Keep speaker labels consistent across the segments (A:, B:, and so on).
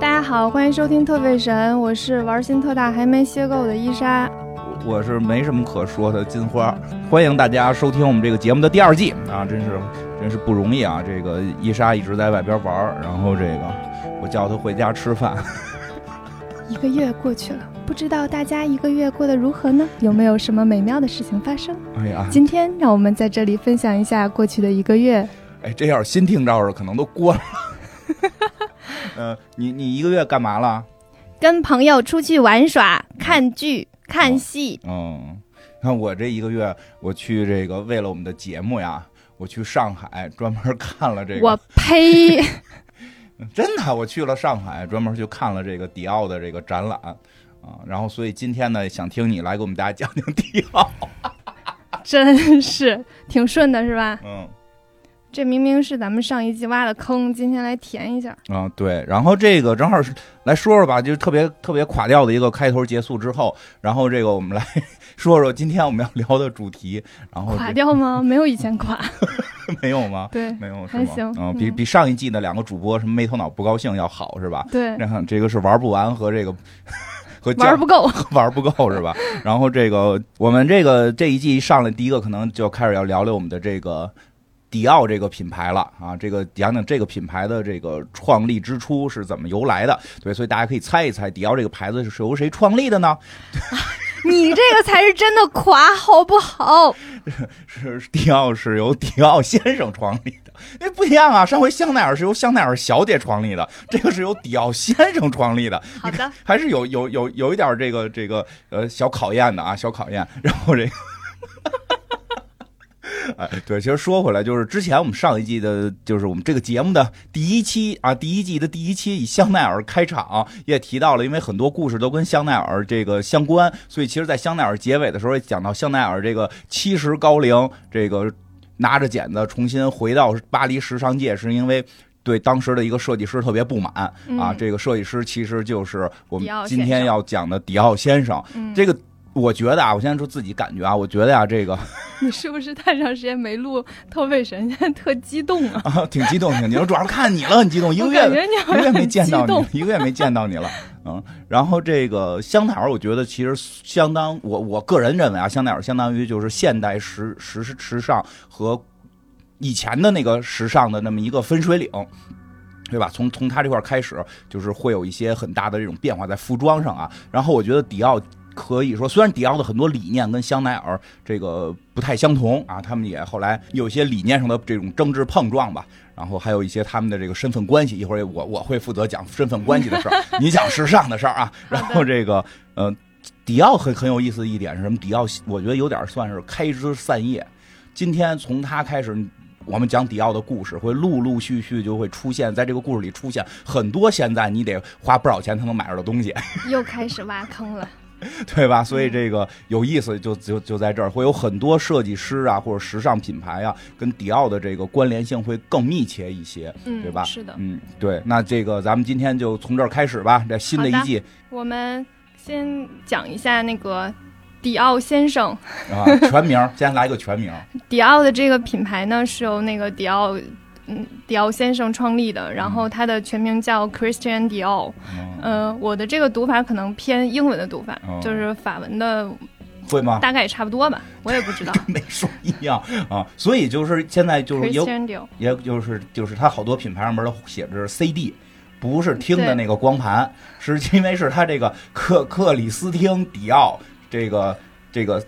A: 大家好，欢迎收听特费神，我是玩心特大还没歇够的伊莎。
B: 我是没什么可说的，金花，欢迎大家收听我们这个节目的第二季啊，真是真是不容易啊！这个伊莎一直在外边玩儿，然后这个我叫她回家吃饭，
A: 一个月过去了，不知道大家一个月过得如何呢？有没有什么美妙的事情发生？
B: 哎呀，
A: 今天让我们在这里分享一下过去的一个月。
B: 哎，这要是新听着的可能都过了。 呃，你你一个月干嘛了？
A: 跟朋友出去玩耍、看剧、看戏，
B: 嗯，看我这一个月，我去这个为了我们的节目呀，我去上海专门看了这个，
A: 我 呸！
B: 真的，我去了上海， 专门去看了这个迪奥的这个展览啊。然后，所以今天呢，想听你来给我们大家讲讲迪 奥。
A: 真是挺顺的，是吧？
B: 嗯
A: 这明明是咱们上一季挖的坑，今天来填一下。
B: 啊，对。然后这个正好是来说说吧，就是特别特别垮掉的一个开头结束之后，然后这个我们来 说说今天我们要聊的主题。然后
A: 垮
B: 是
A: 掉吗？没有以前 垮。
B: 没有吗？
A: 对
B: 没有是
A: 还
B: 吗？
A: 行
B: 嗯，比
A: 嗯
B: 比上一季的两个主播什么没头脑不高兴要好是吧？
A: 对，
B: 然后这个是玩不完和这个 和
A: 玩
B: 教
A: 儿不够。
B: 玩不够是吧？然后这个我们这个这一季一上来，第一个可能就开始要聊聊我们的这个迪奥这个品牌了啊，这个讲讲这个品牌的这个创立之初是怎么由来的。对，所以大家可以猜一猜，迪奥这个牌子是由谁创立的呢？
A: 你这个才是真的垮，好不 好？
B: 是是迪奥是由迪奥先生创立的，那不一样啊。上回香奈儿是由香奈儿小姐创立的，这个是由迪奥先生创立的。
A: 好的，
B: 还是有有有有一点儿这个这个呃小考验的啊，小考验。 然后这个，哎，对，其实说回来，就是之前我们上一季的，就是我们这个节目的第一期啊，第一季的第一期以香奈儿开场，也提到了，因为很多故事都跟香奈儿这个相关，所以其实，在香奈儿结尾的时候也讲到香奈儿这个七十高龄这个。拿着剪子重新回到巴黎时尚界，是因为对当时的一个设计师特别不满，啊，
A: 嗯
B: 这个设计师其实就是我
A: 迪奥
B: 们
A: 先
B: 今天
A: 生
B: 要讲的迪奥先生。
A: 嗯
B: 这个我觉得啊，我现在说自己感觉啊，我觉得呀、这个
A: 你是不是太长时间没录特费神，现在特激动啊？
B: 啊挺激动，挺激动，主要是看你了，很激动，一个
A: 我感觉
B: 月
A: 你
B: 一
A: 好
B: 个月
A: 像
B: 没
A: 很激
B: 见到
A: 动。
B: 你，一个月没见到你了，嗯。然后这个香奈儿，我觉得其实相当，我我个人认为啊，香奈儿相当于就是现代时时时尚和以前的那个时尚的那么一个分水岭。对吧？从从它这块儿开始，就是会有一些很大的这种变化在服装上啊。然后我觉得迪奥可以说，虽然迪奥的很多理念跟香奈儿这个不太相同啊，他们也后来有一些理念上的这种争执碰撞吧。然后还有一些他们的这个身份关系，一会儿我我会负责讲身份关系的事儿，你讲时尚的事儿啊。然后这个呃，迪奥很很有意思的一点是什么？迪奥我觉得有点算是开枝散叶。今天从他开始，我们讲迪奥的故事，会陆陆续续就会出现在这个故事里出现很多现在你得花不少钱才能买着的东西，
A: 又开始挖坑了。
B: 对吧？所以这个有意思就就就在这儿，会有很多设计师啊或者时尚品牌啊跟迪奥的这个关联性会更密切一些。
A: 嗯，
B: 对吧
A: 是的，
B: 嗯，对，那这个咱们今天就从这儿开始吧，这新的一季
A: 我们先讲一下那个迪奥先生。
B: 啊，全名儿先来个全名儿，
A: 迪奥的这个品牌呢，是由那个迪奥。嗯，迪奥先生创立的，然后他的全名叫 Christian Dior。
B: 嗯，
A: 呃，我的这个读法可能偏英文的读法，
B: 哦
A: 就是法文的
B: 会吗？
A: 大概也差不 多吧，我也不知道。
B: 没说一样啊，所以就是现在就是有，
A: Christian Dior，
B: 也就是就是它好多品牌上面都写着 CD。不是听的
A: 对
B: 那个光盘，是因为是它这个克克里斯汀迪奥这个这个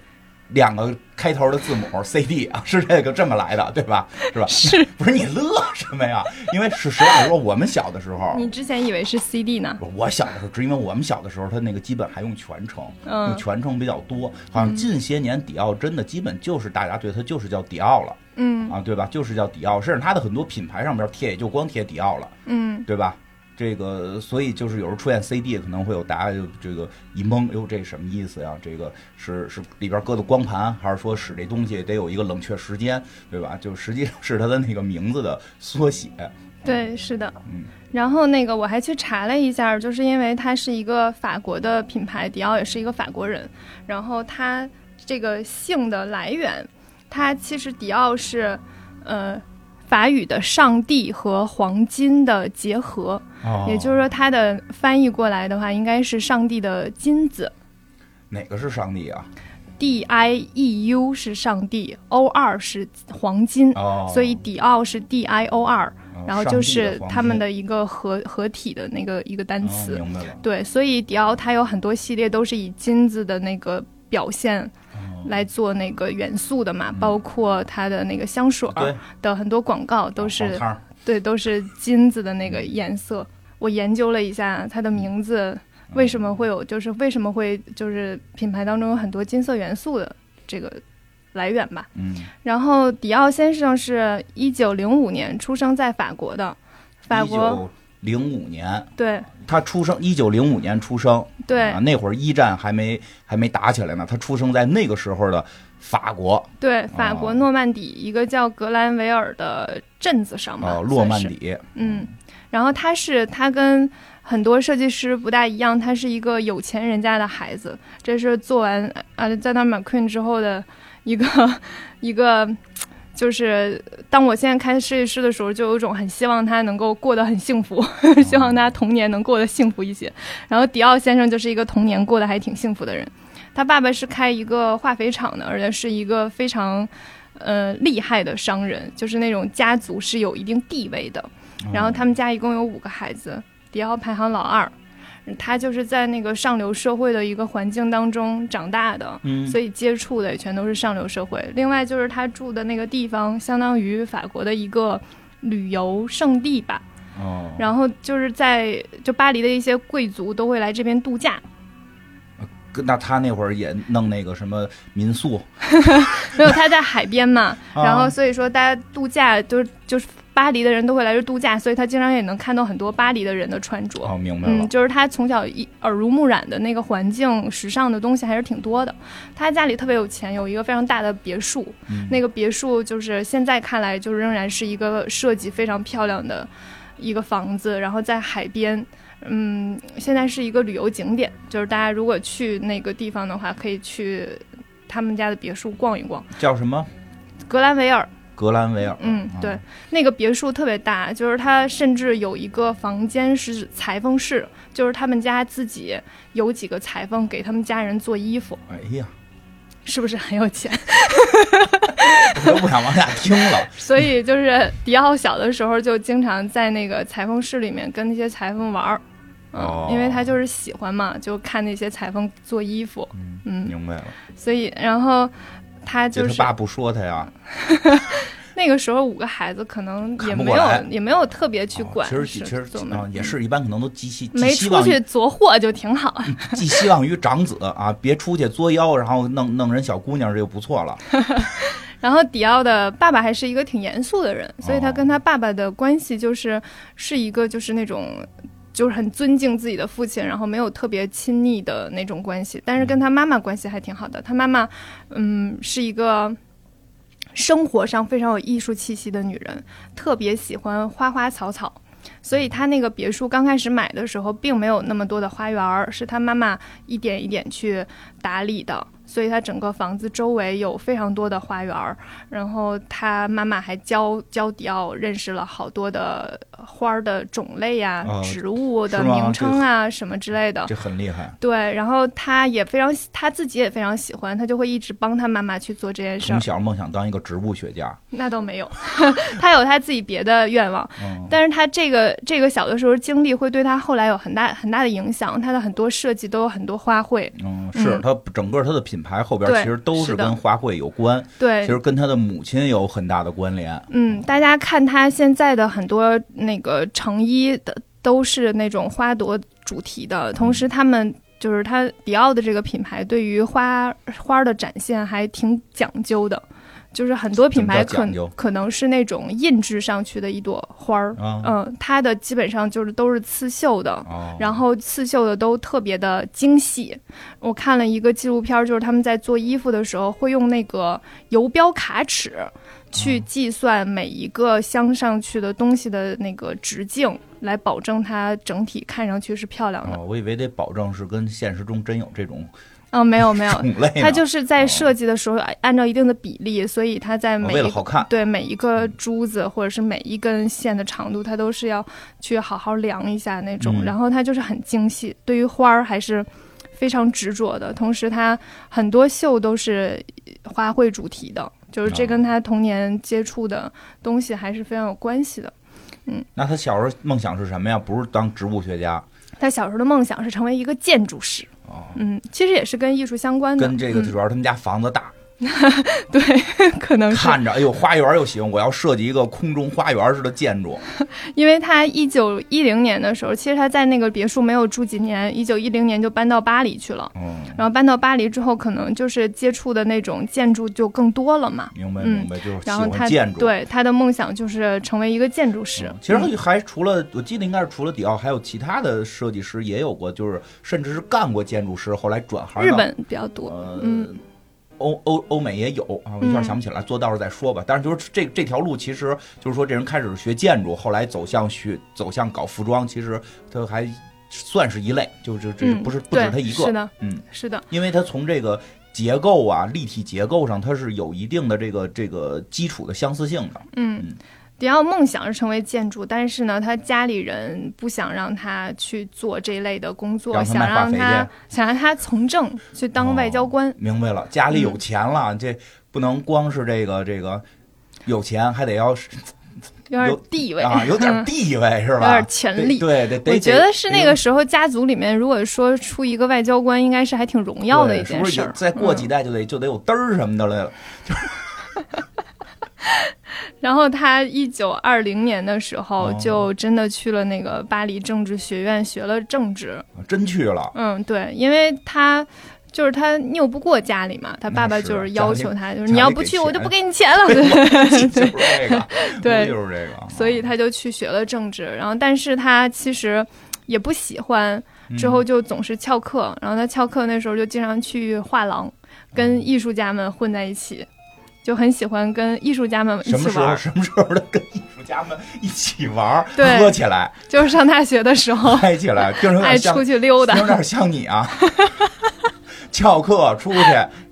B: 两个开头的字母 CD 啊，是这个这么来的，对吧？是吧？
A: 是
B: 不是你乐什么呀？因为是实话说，我们小的时候，
A: 你之前以为是 CD 呢？
B: 我小的时候，只因为我们小的时候，它那个基本还用全称，
A: 嗯
B: 用全称比较多。好像近些年迪奥真的基本就是大家对它就是叫迪奥了，
A: 嗯
B: 啊，对吧？就是叫迪奥，甚至它的很多品牌上边贴也就光贴迪奥了，
A: 嗯，
B: 对吧？这个，所以就是有时候出现 CD，可能会有大家就这个一懵，哟，这什么意思呀？这个是是里边搁的光盘，还是说使这东西得有一个冷却时间，对吧？就实际上是它的那个名字的缩写。
A: 对，是的。
B: 嗯
A: 然后那个我还去查了一下，就是因为它是一个法国的品牌，迪奥也是一个法国人，然后它这个姓的来源，它其实迪奥是呃法语的“上帝”和“黄金”的结合，
B: 哦
A: 也就是说，它的翻译过来的话，应该是“上帝的金子
B: 哪个是上帝啊？”。
A: D I E U 是上帝，O 二是黄金，
B: 哦，
A: 所以迪奥是 D I O 二，
B: 哦
A: 然后就
B: 上帝
A: 是
B: 黄金
A: 他们的一个合合体的那个一个单词。
B: 哦明白了。
A: 对，所以迪奥它有很多系列都是以金子的那个表现
B: 哦嗯
A: 来做那个元素的嘛，包括它的那个香水
B: 对哦
A: 儿的很多广告啊都
B: 黄
A: 是
B: 汤儿
A: 对都是金子的那个颜色。我研究了一下它的名字为什么会有，就是为什么会就是品牌当中有很多金色元素的这个来源吧。
B: 嗯，
A: 然后迪奥先生是一九零五年出生在法国的，法国
B: 零五年，
A: 对
B: 他出生一九零五年出生，
A: 对
B: 啊，那会儿一战还没还没打起来呢，他出生在那个时候的法国
A: 对，法
B: 啊
A: 国诺曼底一个叫格兰维尔的镇子上嘛，
B: 啊，诺曼
A: 算是
B: 底，
A: 嗯，然后他是他跟很多设计师不大一样，他是一个有钱人家的孩子，这是做完啊在他 McQueen 之后的一个 一个。就是当我现在开设计师的时候，就有一种很希望他能够过得很幸福， 希望他童年能过得幸福一些。然后迪奥先生就是一个童年过得还挺幸福的人，他爸爸是开一个化肥厂的，而且是一个非常呃厉害的商人，就是那种家族是有一定地位的。
B: 嗯
A: 然后他们家一共有五个孩子，迪奥排行老二。他就是在那个上流社会的一个环境当中长大的，
B: 嗯
A: 所以接触的也全都是上流社会。另外就是他住的那个地方，相当于法国的一个旅游胜地吧。
B: 哦，
A: 然后就是在就巴黎的一些贵族都会来这边度 假，
B: 跟那他那会儿也弄那个什么民宿，
A: 没有他在海边嘛，
B: 啊
A: 然后所以说大家度假就是就是巴黎的人都会来这度假，所以他经常也能看到很多巴黎的人的穿着。
B: 哦，明白了
A: 嗯，，就是他从小一耳濡目染的那个环境，时尚的东西还是挺多的。他家里特别有钱，有一个非常大的别墅，
B: 嗯
A: 那个别墅就是现在看来就仍然是一个设计非常漂亮的一个房子，然后在海边。嗯，现在是一个旅游景点，就是大家如果去那个地方的话，可以去他们家的别墅逛一逛。
B: 叫什么
A: 格兰维尔，
B: 格兰维尔，
A: 嗯
B: 啊，
A: 对，那个别墅特别大，就是它甚至有一个房间是裁缝室，就是他们家自己有几个裁缝给他们家人做衣服，
B: 哎呀，
A: 是不是很有钱？
B: 我都不想往下听了，
A: 所以就是迪奥小的时候就经常在那个裁缝室里面跟那些裁缝玩儿， 嗯，
B: 哦
A: 因为他就是喜欢嘛，就看那些裁缝做衣服，嗯，
B: 明白了，
A: 所以然后他
B: 这
A: 就
B: 他
A: 是
B: 爸不说他呀，
A: 那个时候五个孩子可能也
B: 看不
A: 没
B: 过
A: 有
B: 来
A: 也没有特别去
B: 哦
A: 管
B: 其
A: 是
B: 实其
A: 怎么，嗯
B: 实啊也是一般可能都寄希寄
A: 没
B: 希
A: 出
B: 望于
A: 去琢货就挺好。
B: 寄希望于长子啊，别出去作妖，然后弄弄人小姑娘这就不错了。
A: 然后迪奥的爸爸还是一个挺严肃的人，所以他跟他爸爸的关系就是是一个就是那种。就是很尊敬自己的父亲，然后没有特别亲昵的那种关系，但是跟他妈妈关系还挺好的。他妈妈，嗯，是一个生活上非常有艺术气息的女人，特别喜欢花花草草，所以她那个别墅刚开始买的时候，并没有那么多的花园儿，是她妈妈一点一点去打理的，所以她整个房子周围有非常多的花园儿。然后她妈妈还教教迪奥认识了好多的花儿的种类呀、
B: 哦
A: 植物的
B: 是吗
A: 名称啊什么之类的。
B: 这很厉害，
A: 对，然后她也非常喜，她自己也非常喜欢，她就会一直帮她妈妈去做这件事儿
B: 从。小梦想当一个植物学家。
A: 那倒没有， 她有她自己别的愿望，
B: 嗯，
A: 但是他这个这个小的时候经历会对他后来有很大很大的影响，他的很多设计都有很多花卉，
B: 嗯，是
A: 嗯
B: 他整个他的品牌后边
A: 对
B: 其实都
A: 是
B: 是
A: 的
B: 跟花卉有关，其
A: 对，
B: 实跟他的母亲有很大的关联。啊
A: 嗯，大家看他现在的很多那个成衣的都是那种花朵主题的，同时他们就是他迪奥的这个品牌对于花花儿的展现还挺讲究的，就是很多品牌
B: 怎么叫
A: 可
B: 讲究
A: 可能是那种印制上去的一朵花儿，
B: 啊
A: 嗯，它的基本上就是都是刺绣的，
B: 哦，
A: 然后刺绣的都特别的精细。我看了一个纪录片儿，就是他们在做衣服的时候会用那个游标卡尺去
B: 哦
A: 计算每一个镶上去的东西的那个直径，来保证它整体看上去是漂亮的。
B: 哦哦，我以为得保证是跟现实中真有这种
A: 嗯，没有没 有，
B: 种类呢？
A: 它就是在设计的时候按照一定的比例，所以它在
B: 哦
A: 每
B: 为
A: 一
B: 了
A: 个
B: 好看，
A: 对每一个珠子或者是每一根线的长度，它都是要去好好量一下那种。
B: 嗯
A: 然后它就是很精细，对于花儿还是非常执着的。同时，它很多绣都是花卉主题的，就是这
B: 哦
A: 跟他童年接触的东西还是非常有关系的。
B: 那他小时候梦想是什么呀？不是当植物学家，
A: 他小时候的梦想是成为一个建筑师。
B: 哦
A: 嗯，其实也是跟艺术相关的，
B: 跟这个
A: 嗯、
B: 主要是他们家房子大，
A: 对，嗯可能是
B: 看着哎呦花园又行，我要设计一个空中花园似的建筑，
A: 因为他一九一零年的时候，其实他在那个别墅没有住几年，一九一零年就搬到巴黎去了。
B: 嗯，
A: 然后搬到巴黎之后，可能就是接触的那种建筑就更多了嘛。
B: 明白
A: 嗯
B: 明白，就是喜
A: 然后他
B: 欢建筑。
A: 对他的梦想就是成为一个建筑师
B: 嗯。其实
A: 嗯
B: 还除了我记得应该是除了迪奥，还有其他的设计师也有过，就是甚至是干过建筑师，后来转行到
A: 嗯日本比较多，
B: 呃，
A: 嗯
B: 欧欧欧美也有啊，我一下
A: 嗯
B: 想不起来，做到时候再说吧。但是就是这这条路，其实就是说这人开始学建筑，后来走向学走向搞服装，其实他还算是一类，就是这
A: 嗯
B: 不是不止
A: 对
B: 他一
A: 是
B: 个，
A: 的，
B: 嗯，
A: 是的，
B: 因为他从这个结构啊、立体结构上，它是有一定的这个这个基础的相似性的。
A: 嗯
B: 嗯。
A: 迪奥梦想是成为建筑，但是呢，他家里人不想让他去做这一类的工作，
B: 让他卖
A: 想
B: 化
A: 让
B: 肥哦
A: 他想让他从政，去当外交官。
B: 明白了，家
A: 嗯
B: 里有钱了，这不能光是这个这个有钱，还得 要是
A: 有点
B: 有
A: 地位
B: 啊有点 地位是
A: 有
B: 吧
A: 点？权力。
B: 对对，得
A: 我觉得是
B: 得
A: 那个时候家族里面，如果说出一个外交官，应该是还挺荣耀的
B: 对
A: 一
B: 是
A: 件
B: 不是
A: 事
B: 有
A: 儿。
B: 再过
A: 嗯
B: 几代就得、就得有嘚儿什么的了，
A: 然后他一九二零年的时候
B: 哦
A: 就真的去了那个巴黎政治学院学了政治。
B: 真去 了。
A: 嗯，对，因为他。就是他拗不过家里嘛，他爸
B: 那
A: 爸
B: 是啊
A: 就是要求他，就是你
B: 家里
A: 要
B: 给
A: 不去，
B: 钱
A: 我就不给你钱了。
B: 对，就是
A: 对
B: 这个，
A: 对
B: 就是这个。啊
A: 所以他就去学了政治，然后但是他其实也不喜欢，之后
B: 嗯
A: 就总是翘课，然后他翘课那时候就经常去画廊，跟艺术家们混在一起，就很喜欢跟艺术家们一
B: 什么
A: 起
B: 时
A: 玩
B: 候
A: 儿。
B: 什么时候的跟艺术家们一起玩儿，
A: 对
B: 喝起来，
A: 就是上大学的时 候
B: 嗨起来，就是有
A: 爱
B: 点像
A: 出，去溜达
B: 有，点像你啊。 翘课出去，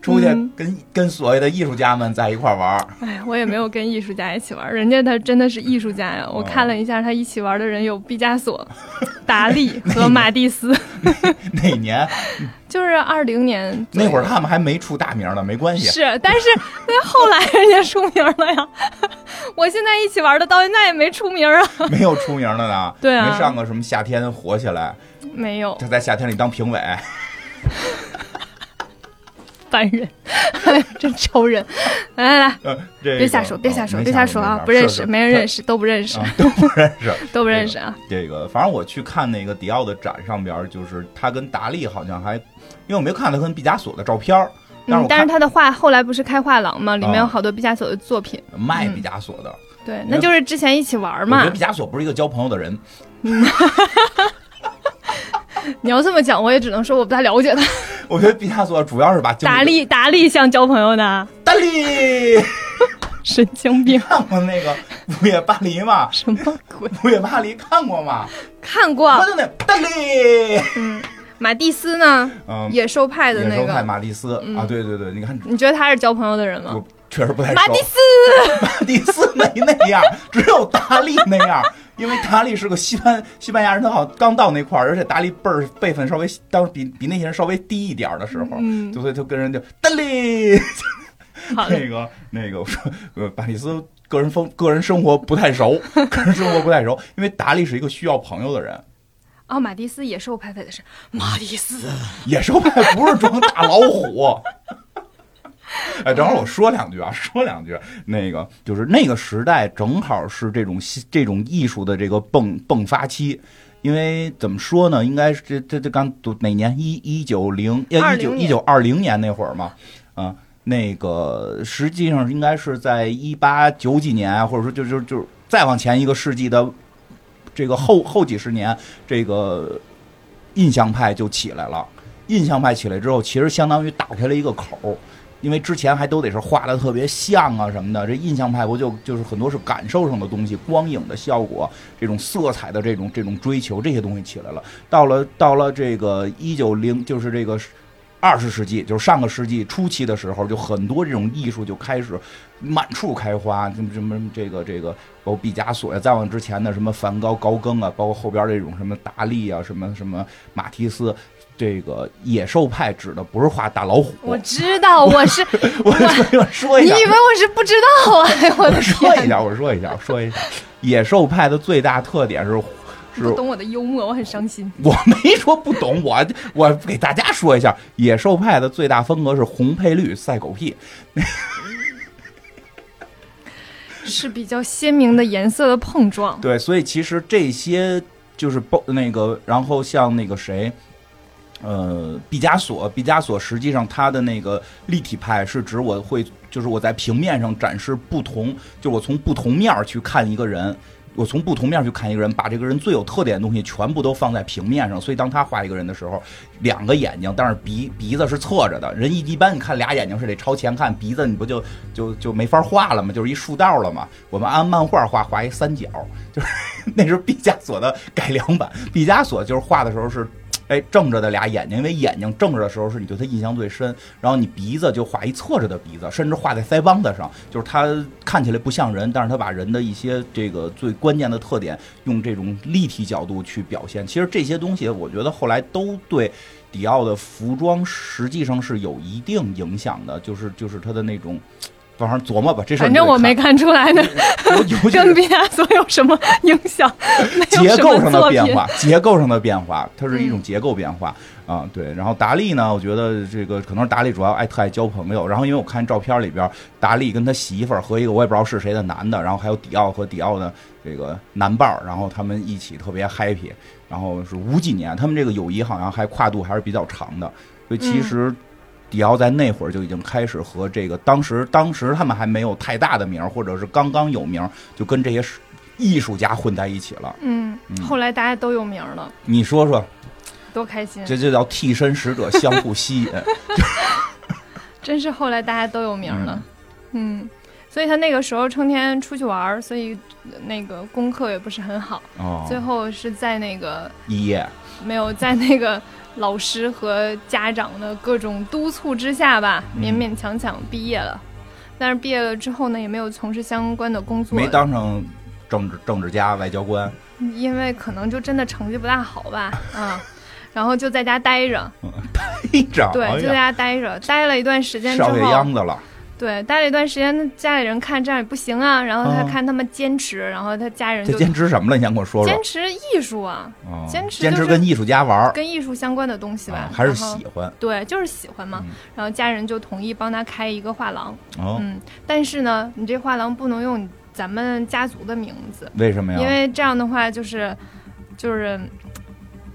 B: 出去
A: 嗯
B: 跟、跟所谓的艺术家们在一块儿玩儿，
A: 哎，我也没有跟艺术家一起玩儿，人家他真的是艺术家呀！我看
B: 哦
A: 了一下，他一起玩儿的人有毕加索、 达利和马蒂斯，
B: 那 年
A: 就是二零年左
B: 那
A: 右
B: 会儿他们还没出大名呢，没关系。
A: 是，但是那后来人家出名了呀。 我现在一起玩的到现在也没出名啊，
B: 没有出名的呢，
A: 对啊
B: 没上过什么夏天火起来，
A: 没有
B: 他在夏天里当评委，
A: 烦人， 真愁人。来来来，
B: 呃，这个
A: 别瞎说，别瞎
B: 哦
A: 说，
B: 没
A: 别瞎说啊，不认识，没人认识，都不认识
B: 啊，，都不认识。
A: 都不认识啊。
B: 这个，反正我去看那个迪奥的展上边儿，就是他跟达利好像还，因为我没看他跟毕加索的照片儿，但是
A: 嗯
B: 我，
A: 但是
B: 看
A: 他的画后来不是开画廊吗？里面
B: 啊
A: 有好多毕加索的作品。
B: 卖毕加索的，
A: 对，那就是之前一起玩
B: 我觉
A: 嘛
B: 得毕。加索不是一个交朋友的人，
A: 你要这么讲，我也只能说我不太了解他。
B: 我觉得毕加索主要是把精力
A: 达利，达利像交朋友的，
B: 达利，
A: 神经病，
B: 看过那个《午夜巴黎》吗？
A: 什么鬼？
B: 《午夜巴黎》看过吗？
A: 看过
B: 我就那达利，
A: 马蒂斯呢？
B: 嗯，
A: 野兽派的
B: 野
A: 那
B: 兽
A: 个嗯
B: 派马蒂斯啊，对对对，你看
A: 你觉得他是交朋友的人吗
B: 我？确实不太熟。
A: 马蒂斯，
B: 马蒂斯没那 样，只有达利那样。因为达利是个西班西班牙人，他好像刚到那块儿，而且达利辈儿辈分稍微当时比比那些人稍微低一点儿的时候，
A: 嗯
B: 就所以就跟人就达利
A: 好的，
B: 那个那个我说呃马蒂斯个人风个人生活不太熟，个人生活不太熟，因为达利是一个需要朋友的人，
A: 哦，马蒂斯也是我拍拍的是
B: 嗯
A: 马蒂斯，
B: 野兽派不是装大老虎。哎，等会儿我说两句啊，说两句。那个就是那个时代，正好是这种西这种艺术的这个迸迸发期。因为怎么说呢，应该是这这这刚读哪年？一一九零呃一九
A: 20
B: 一
A: 年
B: 九二零年那会儿嘛，啊，那个实际上应该是在一八九几年啊，或者说就就就再往前一个世纪的这个后后几十年，这个印象派就起来了。印象派起来之后，其实相当于打开了一个口儿，因为之前还都得是画的特别像啊什么的。这印象派不就就是很多是感受上的东西，光影的效果，这种色彩的这种这种追求，这些东西起来了。到了到了这个一九零，就是这个二十世纪，就是上个世纪初期的时候，就很多这种艺术就开始满处开花，什么什么这个这个，包括毕加索呀，再往之前的什么梵高、高更啊，包括后边这种什么达利啊，什么什么马蒂斯，这个野兽派指的不是画大老虎，
A: 我知道我是，
B: 我我说一
A: 你
B: 下，
A: 以为我是不知道啊？ 哎，我的
B: 我说一
A: 天，
B: 下，我说一下，我说一下，野兽派的最大特点是是
A: 不懂我的幽默，我很伤心。
B: 我没说不懂，我我给大家说一下，野兽派的最大风格是红配绿赛狗屁，
A: 是比较鲜明的颜色的碰撞。
B: 对，所以其实这些就是包那个，然后像那个谁。呃，毕加索，毕加索实际上他的那个立体派是指我会，就是我在平面上展示不同，就我从不同面儿去看一个人，我从不同面儿去看一个人，把这个人最有特点的东西全部都放在平面上。所以当他画一个人的时候，两个眼睛，但是鼻鼻子是侧着的。人一一般你看俩眼睛是得朝前看，鼻子你不就就就没法画了吗？就是一竖道了嘛。我们按漫画画画一三角，就是 那是毕加索的改良版。毕加索就是画的时候是。哎，正着的俩眼睛，因为眼睛正着的时候是你对他印象最深，然后你鼻子就画一侧着的鼻子，甚至画在腮帮子上，就是他看起来不像人，但是他把人的一些这个最关键的特点，用这种立体角度去表现。其实这些东西，我觉得后来都对迪奥的服装实际上是有一定影响的，就是就是他的那种，反正琢磨吧，这事儿
A: 反
B: 你得
A: 正我没看出来 呢，
B: 看，尤尤其
A: 跟
B: 是
A: 毕加索有什么影响？没有
B: 结
A: 什
B: 构上
A: 么
B: 的
A: 作
B: 变
A: 品。 嗯
B: 化，结构上的变化，它是一种结构变化啊、对，然后达利呢，我觉得这个可能是达利主要爱特爱交朋友。然后因为我看照片里边，达利跟他媳妇儿和一个我也不知道是谁的男的，然后还有迪奥和迪奥的这个男伴儿，然后他们一起特别 happy。然后是五几年，他们这个友谊好像还跨度还是比较长的，所
A: 嗯
B: 以其实。迪奥在那会儿就已经开始和这个当时当时他们还没有太大的名儿，或者是刚刚有名儿，就跟这些艺术家混在一起了。
A: 嗯
B: 嗯，
A: 后来大家都有名了，
B: 你说说，
A: 多开心！
B: 这就叫替身使者相互吸 引。
A: 真是后来大家都有名了。嗯所以他那个时候成天出去玩儿，所以呃那个功课也不是很好，最
B: 哦，
A: 后是在那个
B: 一夜
A: 没有在那个老师和家长的各种督促之下吧，
B: 嗯
A: 勉勉强强毕业了。但是毕业了之后呢，也没有从事相关的工作，
B: 没当上政治政治家、外 交官，
A: 因为可能就真的成绩不大好吧，啊，然后就在家待着，
B: 一长
A: 对，
B: 哎
A: 就在家
B: 呀
A: 待着，待了一段时间之
B: 少爷
A: 后，
B: 秧子了，
A: 对，待了一段时间，家里人看这样也不行啊，然后他
B: 哦
A: 看他们坚持，然后他家人
B: 这
A: 就
B: 坚持什么了？你先给我说
A: 坚
B: 说。
A: 持艺术啊，
B: 哦
A: 坚持
B: 坚持
A: 就是
B: 跟艺术家玩儿，
A: 跟艺术相关的东西吧
B: 啊，还是
A: 然后
B: 喜欢
A: 对，就是喜欢嘛
B: 嗯，
A: 然后家人就同意帮他开一个画廊，
B: 哦？
A: 嗯，但是呢，你这画廊不能用咱们家族的名字，
B: 为什么
A: 因
B: 哎呀？
A: 为这样的话就是就是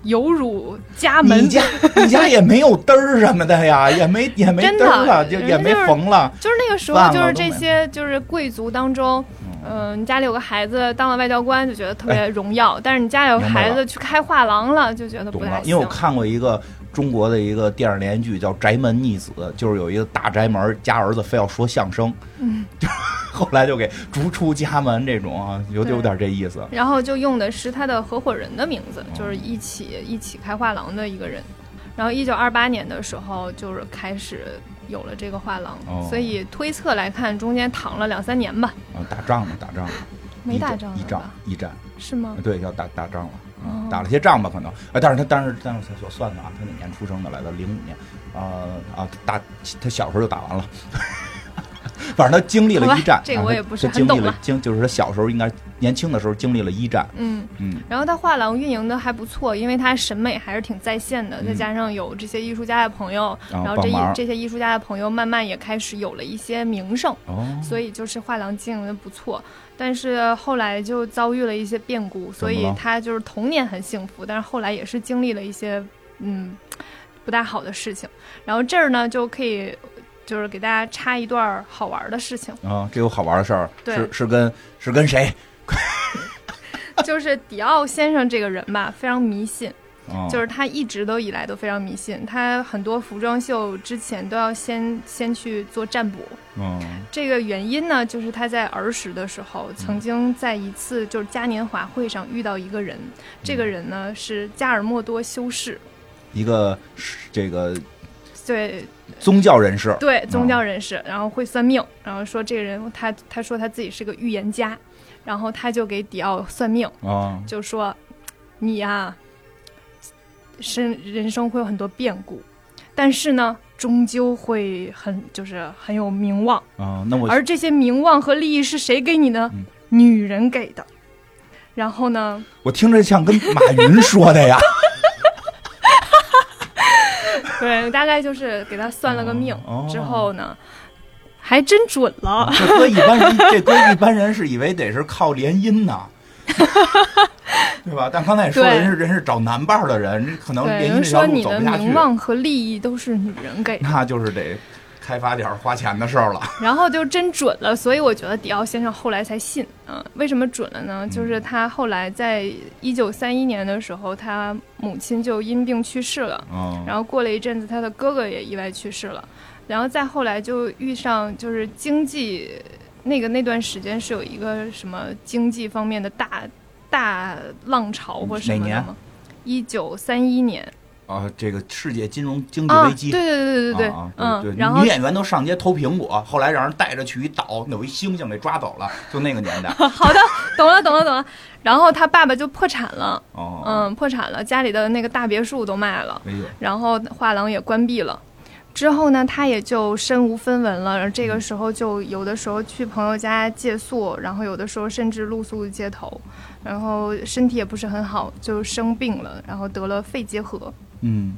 A: 有辱家门
B: 你，家你家也没有灯儿什么的呀，也没也没
A: 真
B: 灯
A: 的
B: 儿了，就
A: 人
B: 也
A: 家
B: 没
A: 就是
B: 缝了。
A: 就是那个时
B: 饭
A: 候，
B: 了
A: 就是
B: 都
A: 这
B: 没
A: 些就是贵族当中，
B: 嗯哎
A: 嗯、你家里有个孩子当了外交官就觉得特别荣耀，但是你家里有
B: 明白
A: 孩
B: 了
A: 子去开画廊了就觉得呃
B: 懂
A: 不太
B: 了，
A: 行。
B: 因为我看过一个中国的一个电视连续剧叫《宅门逆子》，就是有一个大宅门家儿子非要说相声，
A: 嗯，
B: 后来就给逐出家门这种啊，有
A: 对
B: 有点这意思。
A: 然后就用的是他的合伙人的名字，
B: 嗯
A: 就是一起一起开画廊的一个人。然后一九二八年的时候，就是开始有了这个画廊，
B: 哦
A: 所以推测来看，中间躺了两三年吧，
B: 啊，打仗呢，打仗呢，
A: 没
B: 一
A: 打
B: 战
A: 仗
B: 一
A: 了
B: 仗
A: 吧？
B: 一战，啊
A: 是吗？
B: 对，要打打仗了，嗯
A: 哦
B: 打了些仗吧，可能。啊，但是他，但是，但是我算算啊，他哪年出生的来的？零五年，啊啊，打他小时候就打完了， 反正他经历了一战
A: 好吧。这个
B: 啊
A: 我
B: 他
A: 也不是
B: 他
A: 很
B: 经历
A: 懂
B: 了
A: 了
B: 经，就是他小时候应该年轻的时候经历了一战，
A: 嗯。
B: 嗯，
A: 然后他画廊运营的还不错，因为他审美还是挺在线的，
B: 嗯
A: 再加上有这些艺术家的朋友，
B: 然
A: 然
B: 后
A: 后这
B: 帮
A: 艺
B: 忙。
A: 这些艺术家的朋友慢慢也开始有了一些名声。
B: 哦，
A: 所以就是画廊经营的不错，但是后来就遭遇了一些变故，所以
B: 了
A: 他就是童年很幸福，但是后来也是经历了一些嗯不大好的事情。然后这儿呢就可以就是给大家插一段儿好玩儿的事情，
B: 啊，这有好玩的事儿，
A: 对
B: 是是跟是跟谁？
A: 就是迪奥先生这个人吧，非常迷信，
B: 啊，
A: 就是他一直都以来都非常迷信，他很多服装秀之前都要先先去做占卜，
B: 嗯，
A: 这个原因呢，就是他在儿时的时候，曾经在一次就是嘉年华会上遇到一个人，这个人呢是加尔默多修士，
B: 一个是这个
A: 对
B: 宗教人士，
A: 对宗教人士，然后会算命，然后说这个人他他说他自己是个预言家，然后他就给迪奥算命，
B: 啊
A: 就说你呀、生人生会有很多变故，但是呢，终究会很就是很有名望。
B: 啊，那我
A: 而这些名望和利益是谁给你的？
B: 嗯
A: 女人给的。然后 呢？
B: 我听着像跟马云说的 呀，
A: 对，大概就是给他算了个命、
B: 哦嗯
A: 之后呢，还真准了。
B: 这搁一般人，这搁一般人是以为得是靠联 姻呢。对吧？但刚才也说了，
A: 对
B: 人是人是找男伴儿的人，这可能
A: 对，
B: 联姻
A: 人
B: 这条
A: 说
B: 路
A: 你
B: 走
A: 的
B: 不下去
A: 名，望和利益都是女人 给的，
B: 那就是得开发点儿花钱的事儿了。
A: 然后就真准了，所以我觉得迪奥先生后来才信。嗯、为什么准了
B: 嗯
A: 呢？就是他后来在一九三一年的时候，他母亲就因病去世了。
B: 嗯
A: 然后过了一阵子，他的哥哥也意外去世了，然后再后来就遇上就是经济那个那段时间是有一个什么经济方面的大大浪潮或什么
B: 哪
A: 的
B: 年
A: 吗？一九三一年
B: 啊，这个世界金融经济
A: 啊，
B: 危
A: 对
B: 机，
A: 对对对对，
B: 啊啊对
A: 嗯，
B: 对
A: 然后
B: 女演员都上街偷苹果，后来让人带着去一岛，有一猩猩给抓走了，就那个年 代。
A: 懂了懂了懂了，然后他爸爸就破产了，
B: 哦，
A: 嗯，破产了，家里的那个大别墅都卖了，
B: 没有，
A: 然后画廊也关闭了。之后呢，他也就身无分文了。然后这个时候就有的时候去朋友家借宿，然后有的时候甚至露宿街头，然后身体也不是很好，就生病了，然后得了肺结核。
B: 嗯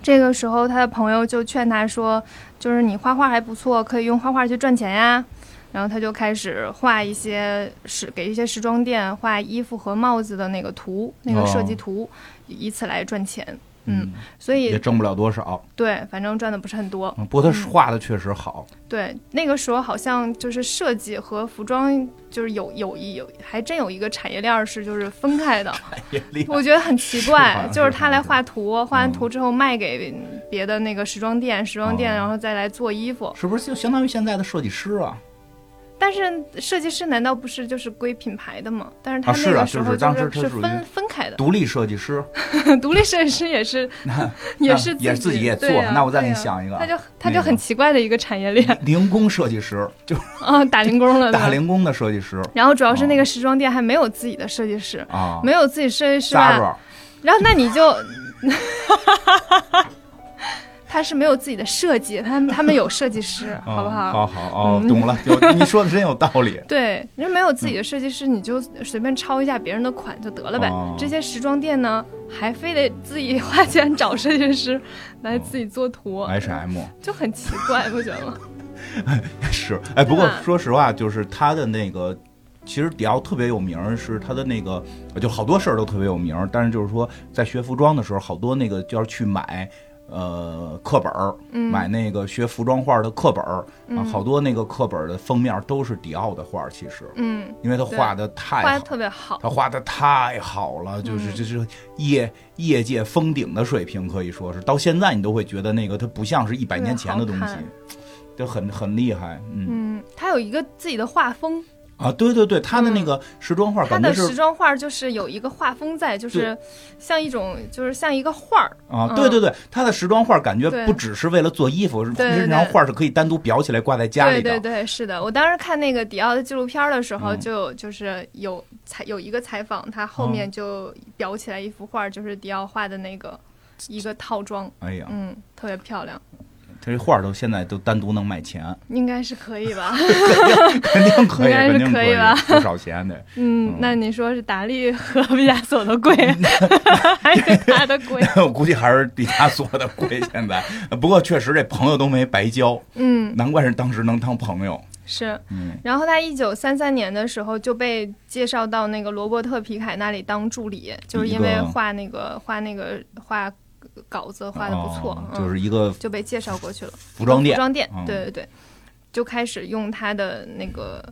A: 这个时候，他的朋友就劝他说：“就是你画画还不错，可以用画画去赚钱呀。”然后他就开始画一些时给一些时装店画衣服和帽子的那个图，那个设计
B: 哦
A: 图，以以此来赚钱。嗯，所以
B: 也挣不了多少，
A: 对，反正赚的不是很多。
B: 嗯不过他画的确实好。
A: 对，那个时候好像就是设计和服装就是有有一有还真有一个产业链儿是就是分开的，
B: 也厉害
A: 我觉得很奇
B: 是吧
A: 怪，
B: 是
A: 就是他
B: 吧
A: 来
B: 是
A: 画图，画完
B: 嗯
A: 图之后卖给别的那个时装店，时装店
B: 哦
A: 然后再来做衣服。
B: 是不是就相当于现在的设计师啊？
A: 但是设计师难道不是就是归品牌的吗？但是他
B: 啊是
A: 那
B: 啊
A: 个时
B: 就是
A: 候
B: 当时
A: 是
B: 他
A: 是
B: 属于
A: 分分开的，
B: 独立设计师
A: 独立设计师也是 也
B: 那
A: 是
B: 也自己也
A: 对
B: 做
A: 呀
B: 那我再
A: 对
B: 给你
A: 呀
B: 想一个啊
A: 他就他
B: 那
A: 就
B: 个
A: 很奇怪的一个产业链，
B: 零工设计师，就是
A: 啊，打零工了，对
B: 打
A: 吧？
B: 零工的设计师
A: 然后主要是
B: 哦
A: 那个时装店还没有自己的设计师，
B: 啊。
A: 没有自己设计师吧？
B: Zara
A: 然后那你就， 他是没有自己的设计，他们他们有设计 师，
B: 啊
A: 好不好？
B: 好好哦，
A: 嗯。
B: 懂了，有你说的真有道理
A: 对，人没有自己的设计师，你就随便抄一下别人的款就得了呗。
B: 哦
A: 这些时装店呢，还非得自己花钱找设计师 来自己做图，
B: H M
A: 就很奇怪，不觉得吗？
B: 是，哎，不过
A: 对吧
B: 说实话，就是他的那个，其实迪奥特别有名儿，是他的那个，就好多事儿都特别有名儿。但是就是说，在学服装的时候，好多那个就要去买。呃，课本儿，
A: 嗯
B: 买那个学服装画的课本儿、啊，好多那个课本儿的封面都是迪奥的画儿，其实，
A: 嗯，
B: 因为他画的太
A: 画的
B: 好
A: 特别嗯好，
B: 他画的太好了，就是这是业业界封顶的水平，可以说是到现在你都会觉得那个它不像是一百
A: 对
B: 年前的东
A: 好
B: 西
A: 看，
B: 就很很厉害。嗯
A: 嗯，他有一个自己的画风。
B: 啊，对对对，他的那个时装画
A: 它
B: 感觉
A: 的时
B: 是
A: 装画就是有一个画风在，就是像一种就是像一个画儿，
B: 啊，
A: 嗯
B: 对对对，他的时装画感觉
A: 对
B: 不只是为了做衣服，是
A: 对对对
B: 那张画是可以单独裱起来挂在家
A: 对
B: 里的
A: 对。对，是的。我当时看那个迪奥的纪录片儿的时候，
B: 嗯
A: 就有就是有采有一个采访，他后面就裱起来一幅画儿，就是迪奥画的那个一个套装，
B: 哎呀，
A: 嗯，特别漂亮，
B: 他这画都现在都单独能 卖钱，
A: 应该是可以吧？嗯
B: 肯定可
A: 应
B: 以，
A: 该是
B: 肯定
A: 可以
B: 以
A: 吧，
B: 不少钱得。
A: 嗯，那你说是达利和毕加索的贵， 还是他的贵？
B: 我估计还是毕加索的贵。现在，不过确实这朋友都没白交，
A: 嗯，
B: 难怪是当时能当朋友。
A: 是。
B: 嗯
A: 然后他一九三三年的时候就被介绍到那个罗伯特皮凯那里当助理，就是因为画那个画那个画稿子画的不错，
B: 哦
A: 嗯、
B: 就是一个
A: 就被介绍过去了。
B: 服装
A: 服
B: 店。
A: 装店，
B: 嗯
A: 对对对，就开始用他的那个。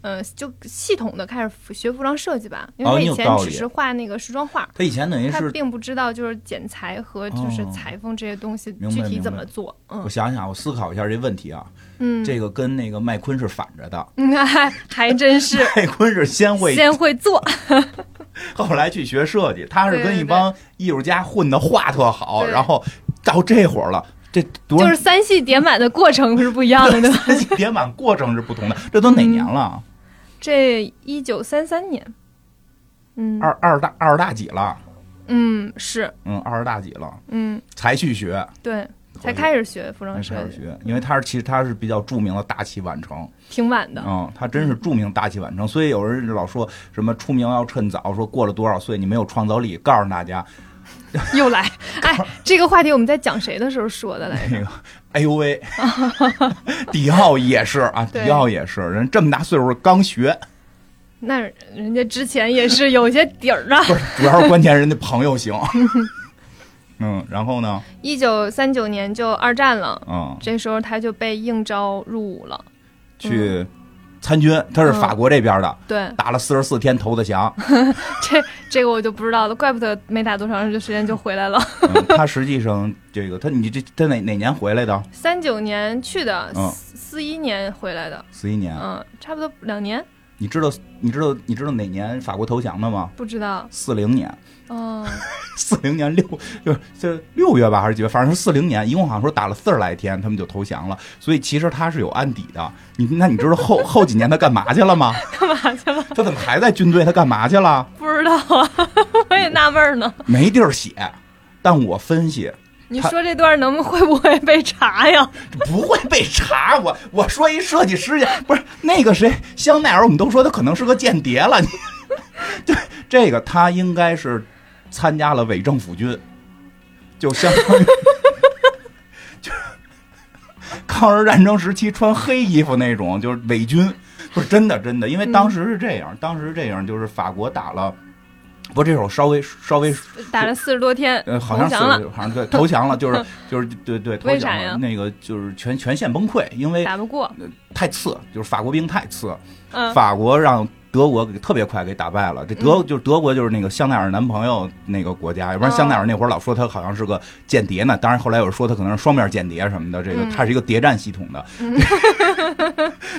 A: 呃，就系统的开始学服装设计吧，因为
B: 哦
A: 他
B: 你有
A: 以前
B: 道
A: 只
B: 理
A: 是画那个时装画，
B: 他以前等于
A: 他
B: 是，
A: 并不知道就是剪裁和就是
B: 哦
A: 裁缝这些东西
B: 明白
A: 具体
B: 明
A: 怎
B: 白
A: 么做。
B: 我
A: 嗯
B: 想想，我思考一下这问题啊，
A: 嗯，
B: 这个跟那个麦昆是反着的。
A: 嗯还 还真是
B: 麦昆是先 会，
A: 先会做，
B: 后来去学设计，他是
A: 对
B: 跟
A: 对
B: 一帮艺术家混的画特好，
A: 对
B: 然后到这会儿了，这多
A: 就是三系叠满的过程是不一样的， 对吧？
B: 叠满过程是不同的。这都哪年了？
A: 这一九三三年，嗯
B: 二二大二大几了？
A: 嗯是
B: 嗯，二十大几了
A: 嗯
B: 才去学，
A: 对，才
B: 才
A: 开始学服装
B: 开
A: 设
B: 始
A: 计，
B: 学，因为他是其实他是比较著名的大器晚成。
A: 挺晚的，
B: 嗯，他真是著名大器晚成，所以有人老说什么出名要趁早，说过了多少岁你没有创造力。告诉大家，
A: 又 来，哎，这个话题我们在讲谁的时候说的来着？
B: 那个，哎 呦喂，迪奥也是啊，
A: 对
B: 迪奥也是，人这么大岁数刚学，
A: 那人家之前也是有些底儿的。啊
B: 不是，主要是关键人家朋友行。 嗯，然后呢，
A: 一九三九年就二战了，
B: 嗯，
A: 这时候他就被应招入伍了。
B: 去参军，他
A: 嗯
B: 是法国这边的，
A: 对，
B: 打了四十四天投的降。
A: 这这个我就不知道了，怪不得没打多长时间就回来了。
B: 嗯他实际上这个他你这他哪哪年回来的？
A: 三九年去的
B: 嗯，
A: 四一年回来的，
B: 四一年。
A: 嗯，差不多两年，
B: 你知道你知道你知道哪年法国投降的吗？
A: 不知道。
B: 四零年。
A: 嗯，
B: 四零年六就是就是六月吧，还是几月？反正是四零年，一共好像说打了四十来天，他们就投降了。所以其实他是有案底的。你那你知道后后几年他干嘛去了吗？
A: 干嘛去了？
B: 他怎么还在军队？他干嘛去了？
A: 不知道啊， 我也纳闷儿呢。
B: 没地儿写。但我分析
A: 你说这段能会不会被查呀？
B: 不会被查。我我说一设计师去，不是那个谁香奈儿，我们都说他可能是个间谍了。 你对这个他应该是参加了伪政府军，就相当于 就抗日战争时期穿黑衣服那种，就是伪军。不是真的，真的，因为当时是这样，当时是这样，就是法国打了，不，这首稍微稍微
A: 打了四十多天，
B: 呃，好像
A: 投
B: 是，
A: 降了，
B: 好像对，投降 了，就是就是对对，投
A: 为
B: 降
A: 啥呀
B: 了。那个就是全全线崩溃，因为
A: 打不过。
B: 太次，就是法国兵太次，
A: 嗯，
B: 法国让德国给特别快给打败了。这德就是德国就是那个香奈儿男朋友那个国家，要不然
A: 哦
B: 香奈儿那会儿老说他好像是个间谍呢。当然后来有人说他可能是双面间谍什么的，这个
A: 嗯
B: 他是一个谍战系统的。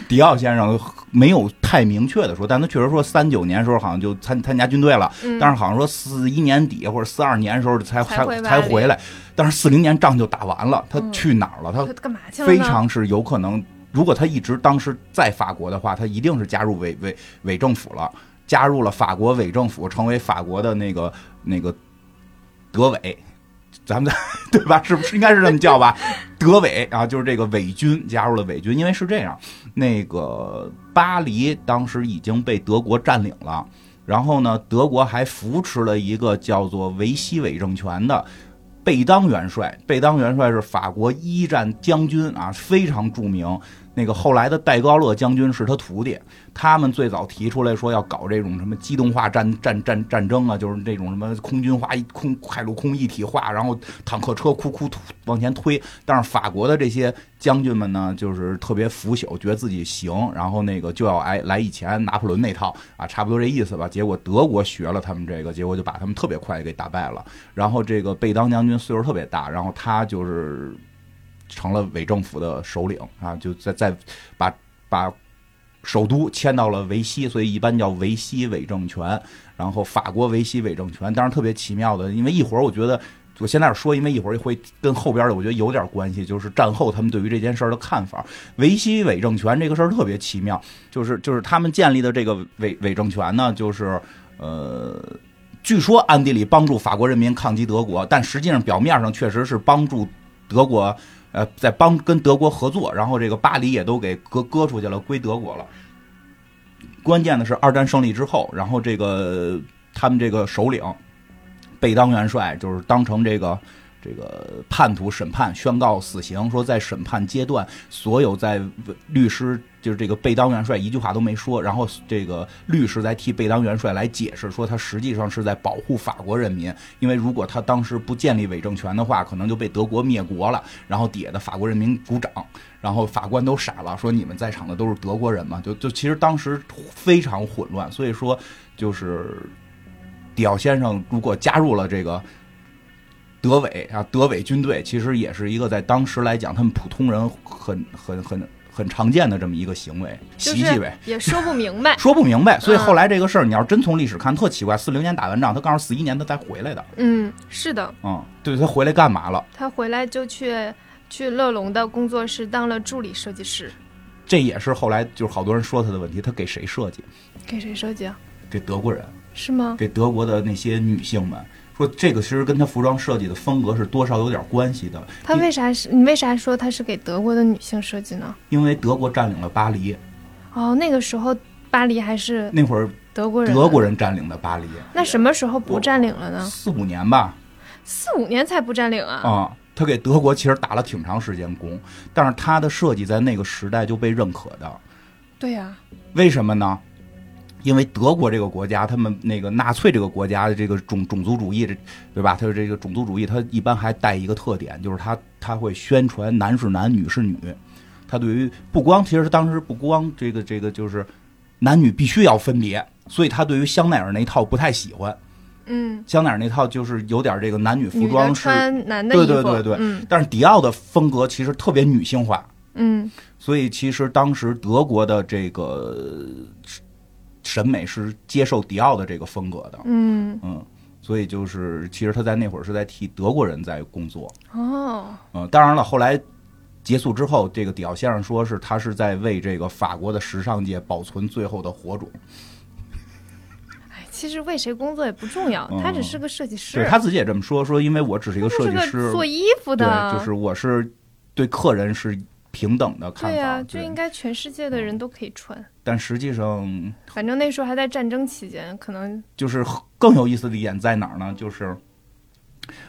B: 迪奥先生没有太明确的说，但他确实说三九年时候好像就参参加军队了。
A: 嗯
B: 但是好像说四一年底或者四二年的时候才
A: 才
B: 才
A: 回巴
B: 才
A: 黎
B: 回来，但是四零年仗就打完了，他
A: 嗯
B: 去哪儿了？
A: 他
B: 他
A: 干嘛去了呢？
B: 非常是有可能，如果他一直当时在法国的话，他一定是加入伪伪伪政府了，加入了法国伪政府，成为法国的那个那个德伪。咱们 对吧？是不是应该是这么叫吧？德伪啊，就是这个伪军加入了伪军，因为是这样，那个巴黎当时已经被德国占领了，然后呢，德国还扶持了一个叫做维希伪政权的贝当元帅。贝当元帅是法国一战将军啊，非常著名。那个后来的戴高乐将军是他徒弟，他们最早提出来说要搞这种什么机动化战战战战争啊，就是这种什么空军化一空海陆空一体化，然后坦克车库库突往前推。但是法国的这些将军们呢，就是特别腐朽，觉得自己行，然后那个就要挨来以前拿破仑那套啊，差不多这意思吧。结果德国学了他们这个，结果就把他们特别快给打败了。然后这个贝当将军岁数特别大，然后他就是成了伪政府的首领啊，就在在把把首都迁到了维希，所以一般叫维希伪政权。然后法国维希伪政权，当然特别奇妙的，因为一会儿我觉得。我现在说，因为一会儿会跟后边的我觉得有点关系，就是战后他们对于这件事儿的看法。维希伪政权这个事儿特别奇妙，就是就是他们建立的这个伪伪政权呢，就是呃，据说暗地里帮助法国人民抗击德国，但实际上表面上确实是帮助德国，呃，在帮跟德国合作，然后这个巴黎也都给割割出去了，归德国了。关键的是二战胜利之后，然后这个他们这个首领贝当元帅就是当成这个。这个叛徒审判宣告死刑，说在审判阶段，所有在律师就是这个贝当元帅一句话都没说，然后这个律师在替贝当元帅来解释说，他实际上是在保护法国人民，因为如果他当时不建立伪政权的话，可能就被德国灭国了。然后底下的法国人民鼓掌，然后法官都傻了，说你们在场的都是德国人嘛？就就其实当时非常混乱，所以说就是迪奥先生如果加入了这个德伪啊，德伪军队其实也是一个在当时来讲，他们普通人很很很很常见的这么一个行为
A: 就
B: 习气
A: 是
B: 呗。。
A: 也说不明白
B: 说不明白，所以
A: 嗯
B: 后来这个事儿，你要真从历史看，特奇怪。四零年打完仗，他刚好四一年他才回来的，
A: 嗯，是的，
B: 嗯，对他回来干嘛了？
A: 他回来就去去乐龙的工作室当了助理设计师。
B: 这也是后来就是好多人说他的问题，他给谁设计？
A: 给谁设计啊？
B: 给德国人，
A: 是吗？
B: 给德国的那些女性们。说这个其实跟他服装设计的风格是多少有点关系的，
A: 他为啥是你为啥说他是给德国的女性设计呢？
B: 因为德国占领了巴黎，
A: 哦，那个时候巴黎还是
B: 那会儿
A: 德国人，
B: 德国人占领的巴黎，
A: 那什么时候不占领了呢？
B: 四五年吧，
A: 四五年才不占领啊！
B: 啊、他给德国其实打了挺长时间工，但是他的设计在那个时代就被认可的，
A: 对呀、
B: 为什么呢？因为德国这个国家，他们那个纳粹这个国家的这个种种族主义，这对吧？他的这个种族主义，他一般还带一个特点，就是他他会宣传男是男，女是女。他对于不光其实当时不光这个这个就是男女必须要分别，所以他对于香奈儿那套不太喜欢。
A: 嗯，
B: 香奈儿那套就是有点这个男女服
A: 女的
B: 装是，
A: 穿男的衣服，
B: 对对对对
A: 嗯
B: 但是迪奥的风格其实特别女性化。
A: 嗯，
B: 所以其实当时德国的这个呃审美是接受迪奥的这个风格的，
A: 嗯，
B: 嗯，所以就是其实他在那会儿是在替德国人在工作，
A: 哦，
B: 嗯，当然了，后来结束之后，这个迪奥先生说是他是在为这个法国的时尚界保存最后的火种，
A: 哎，其实为谁工作也不重要，
B: 嗯
A: 他只是个设计师，
B: 对他自己也这么说，说因为我只是一个
A: 他就
B: 设
A: 是
B: 计师
A: 个，做衣服的，
B: 对，就是我是对客人是平等的看
A: 对呀、
B: 法，
A: 就
B: 对嗯
A: 应，该全世界的人都可以穿。
B: 但实际上
A: 反正那时候还在战争期间，可能
B: 就是更有意思的一点在哪儿呢？就是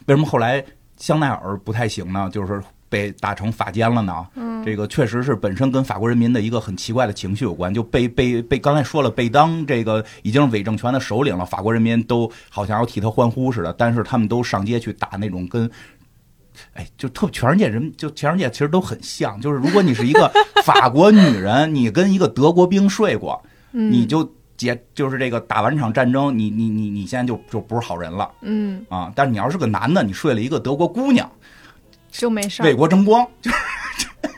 B: 为什么后来香奈儿不太行呢？就是被打成法奸了呢？
A: 嗯，
B: 这个确实是本身跟法国人民的一个很奇怪的情绪有关，就被被被刚才说了，被当这个已经是伪政权的首领了，法国人民都好像要替他欢呼似的，但是他们都上街去打那种跟。哎，就特全世界人，就全世界其实都很像。就是如果你是一个法国女人，你跟一个德国兵睡过，
A: 嗯
B: 你就结就是这个打完这场战争，你你你你现在就就不是好人了
A: 嗯
B: 啊！但是你要是个男的，你睡了一个德国姑娘，
A: 就没事
B: 为
A: 儿，
B: 国争光，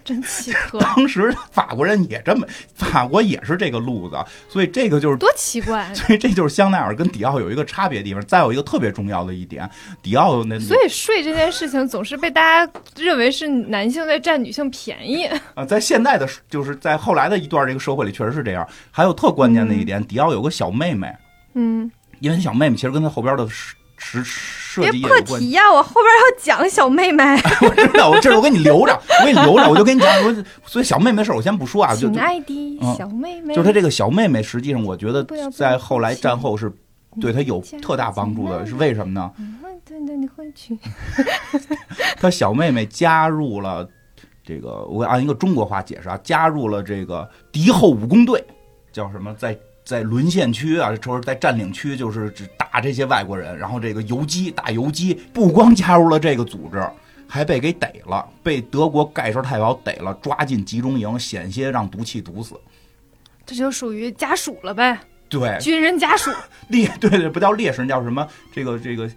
A: 真奇特，
B: 当时法国人也这么，法国也是这个路子，所以这个就是。
A: 多奇 怪。啊
B: 所以这就是香奈儿跟迪奥有一个差别的地方，再有一个特别重要的一点，迪奥那
A: 所以睡这件事情总是被大家认为是男性在占女性便宜。
B: 啊，在现在的就是在后来的一段这个社会里确实是这样。还有特关键的一点，迪奥有个小妹妹，
A: 嗯，
B: 因为小妹妹其实跟她后边的设设设
A: 别
B: 计也
A: 破
B: 有关系。
A: 题呀、我后边要讲小妹妹，
B: 我知道，我这是我给你留着，我给你留着，我就跟你讲，我所以小妹妹的事儿我先不说啊，就
A: 亲
B: 就
A: 爱的
B: 嗯
A: 小妹妹，
B: 就是她这个小妹妹，实际上我觉得
A: 不要不要
B: 在后来
A: 不要嗯
B: 战后是对她有
A: 亲爱的
B: 特大帮助的，
A: 亲爱的
B: 是为什么呢？
A: 嗯，对对，你会去，
B: 她小妹妹加入了这个，我按一个中国话解释啊，加入了这个敌后武工队，叫什么在。在沦陷区啊，说是在占领区，就是只打这些外国人，然后这个游击打游击，不光加入了这个组织，还被给逮了，被德国盖世太保逮了，抓进集中营，险些让毒气毒死。
A: 这就属于家属了呗，
B: 对，
A: 军人家属，
B: 烈 对对，不叫烈士，叫什么？这个这个，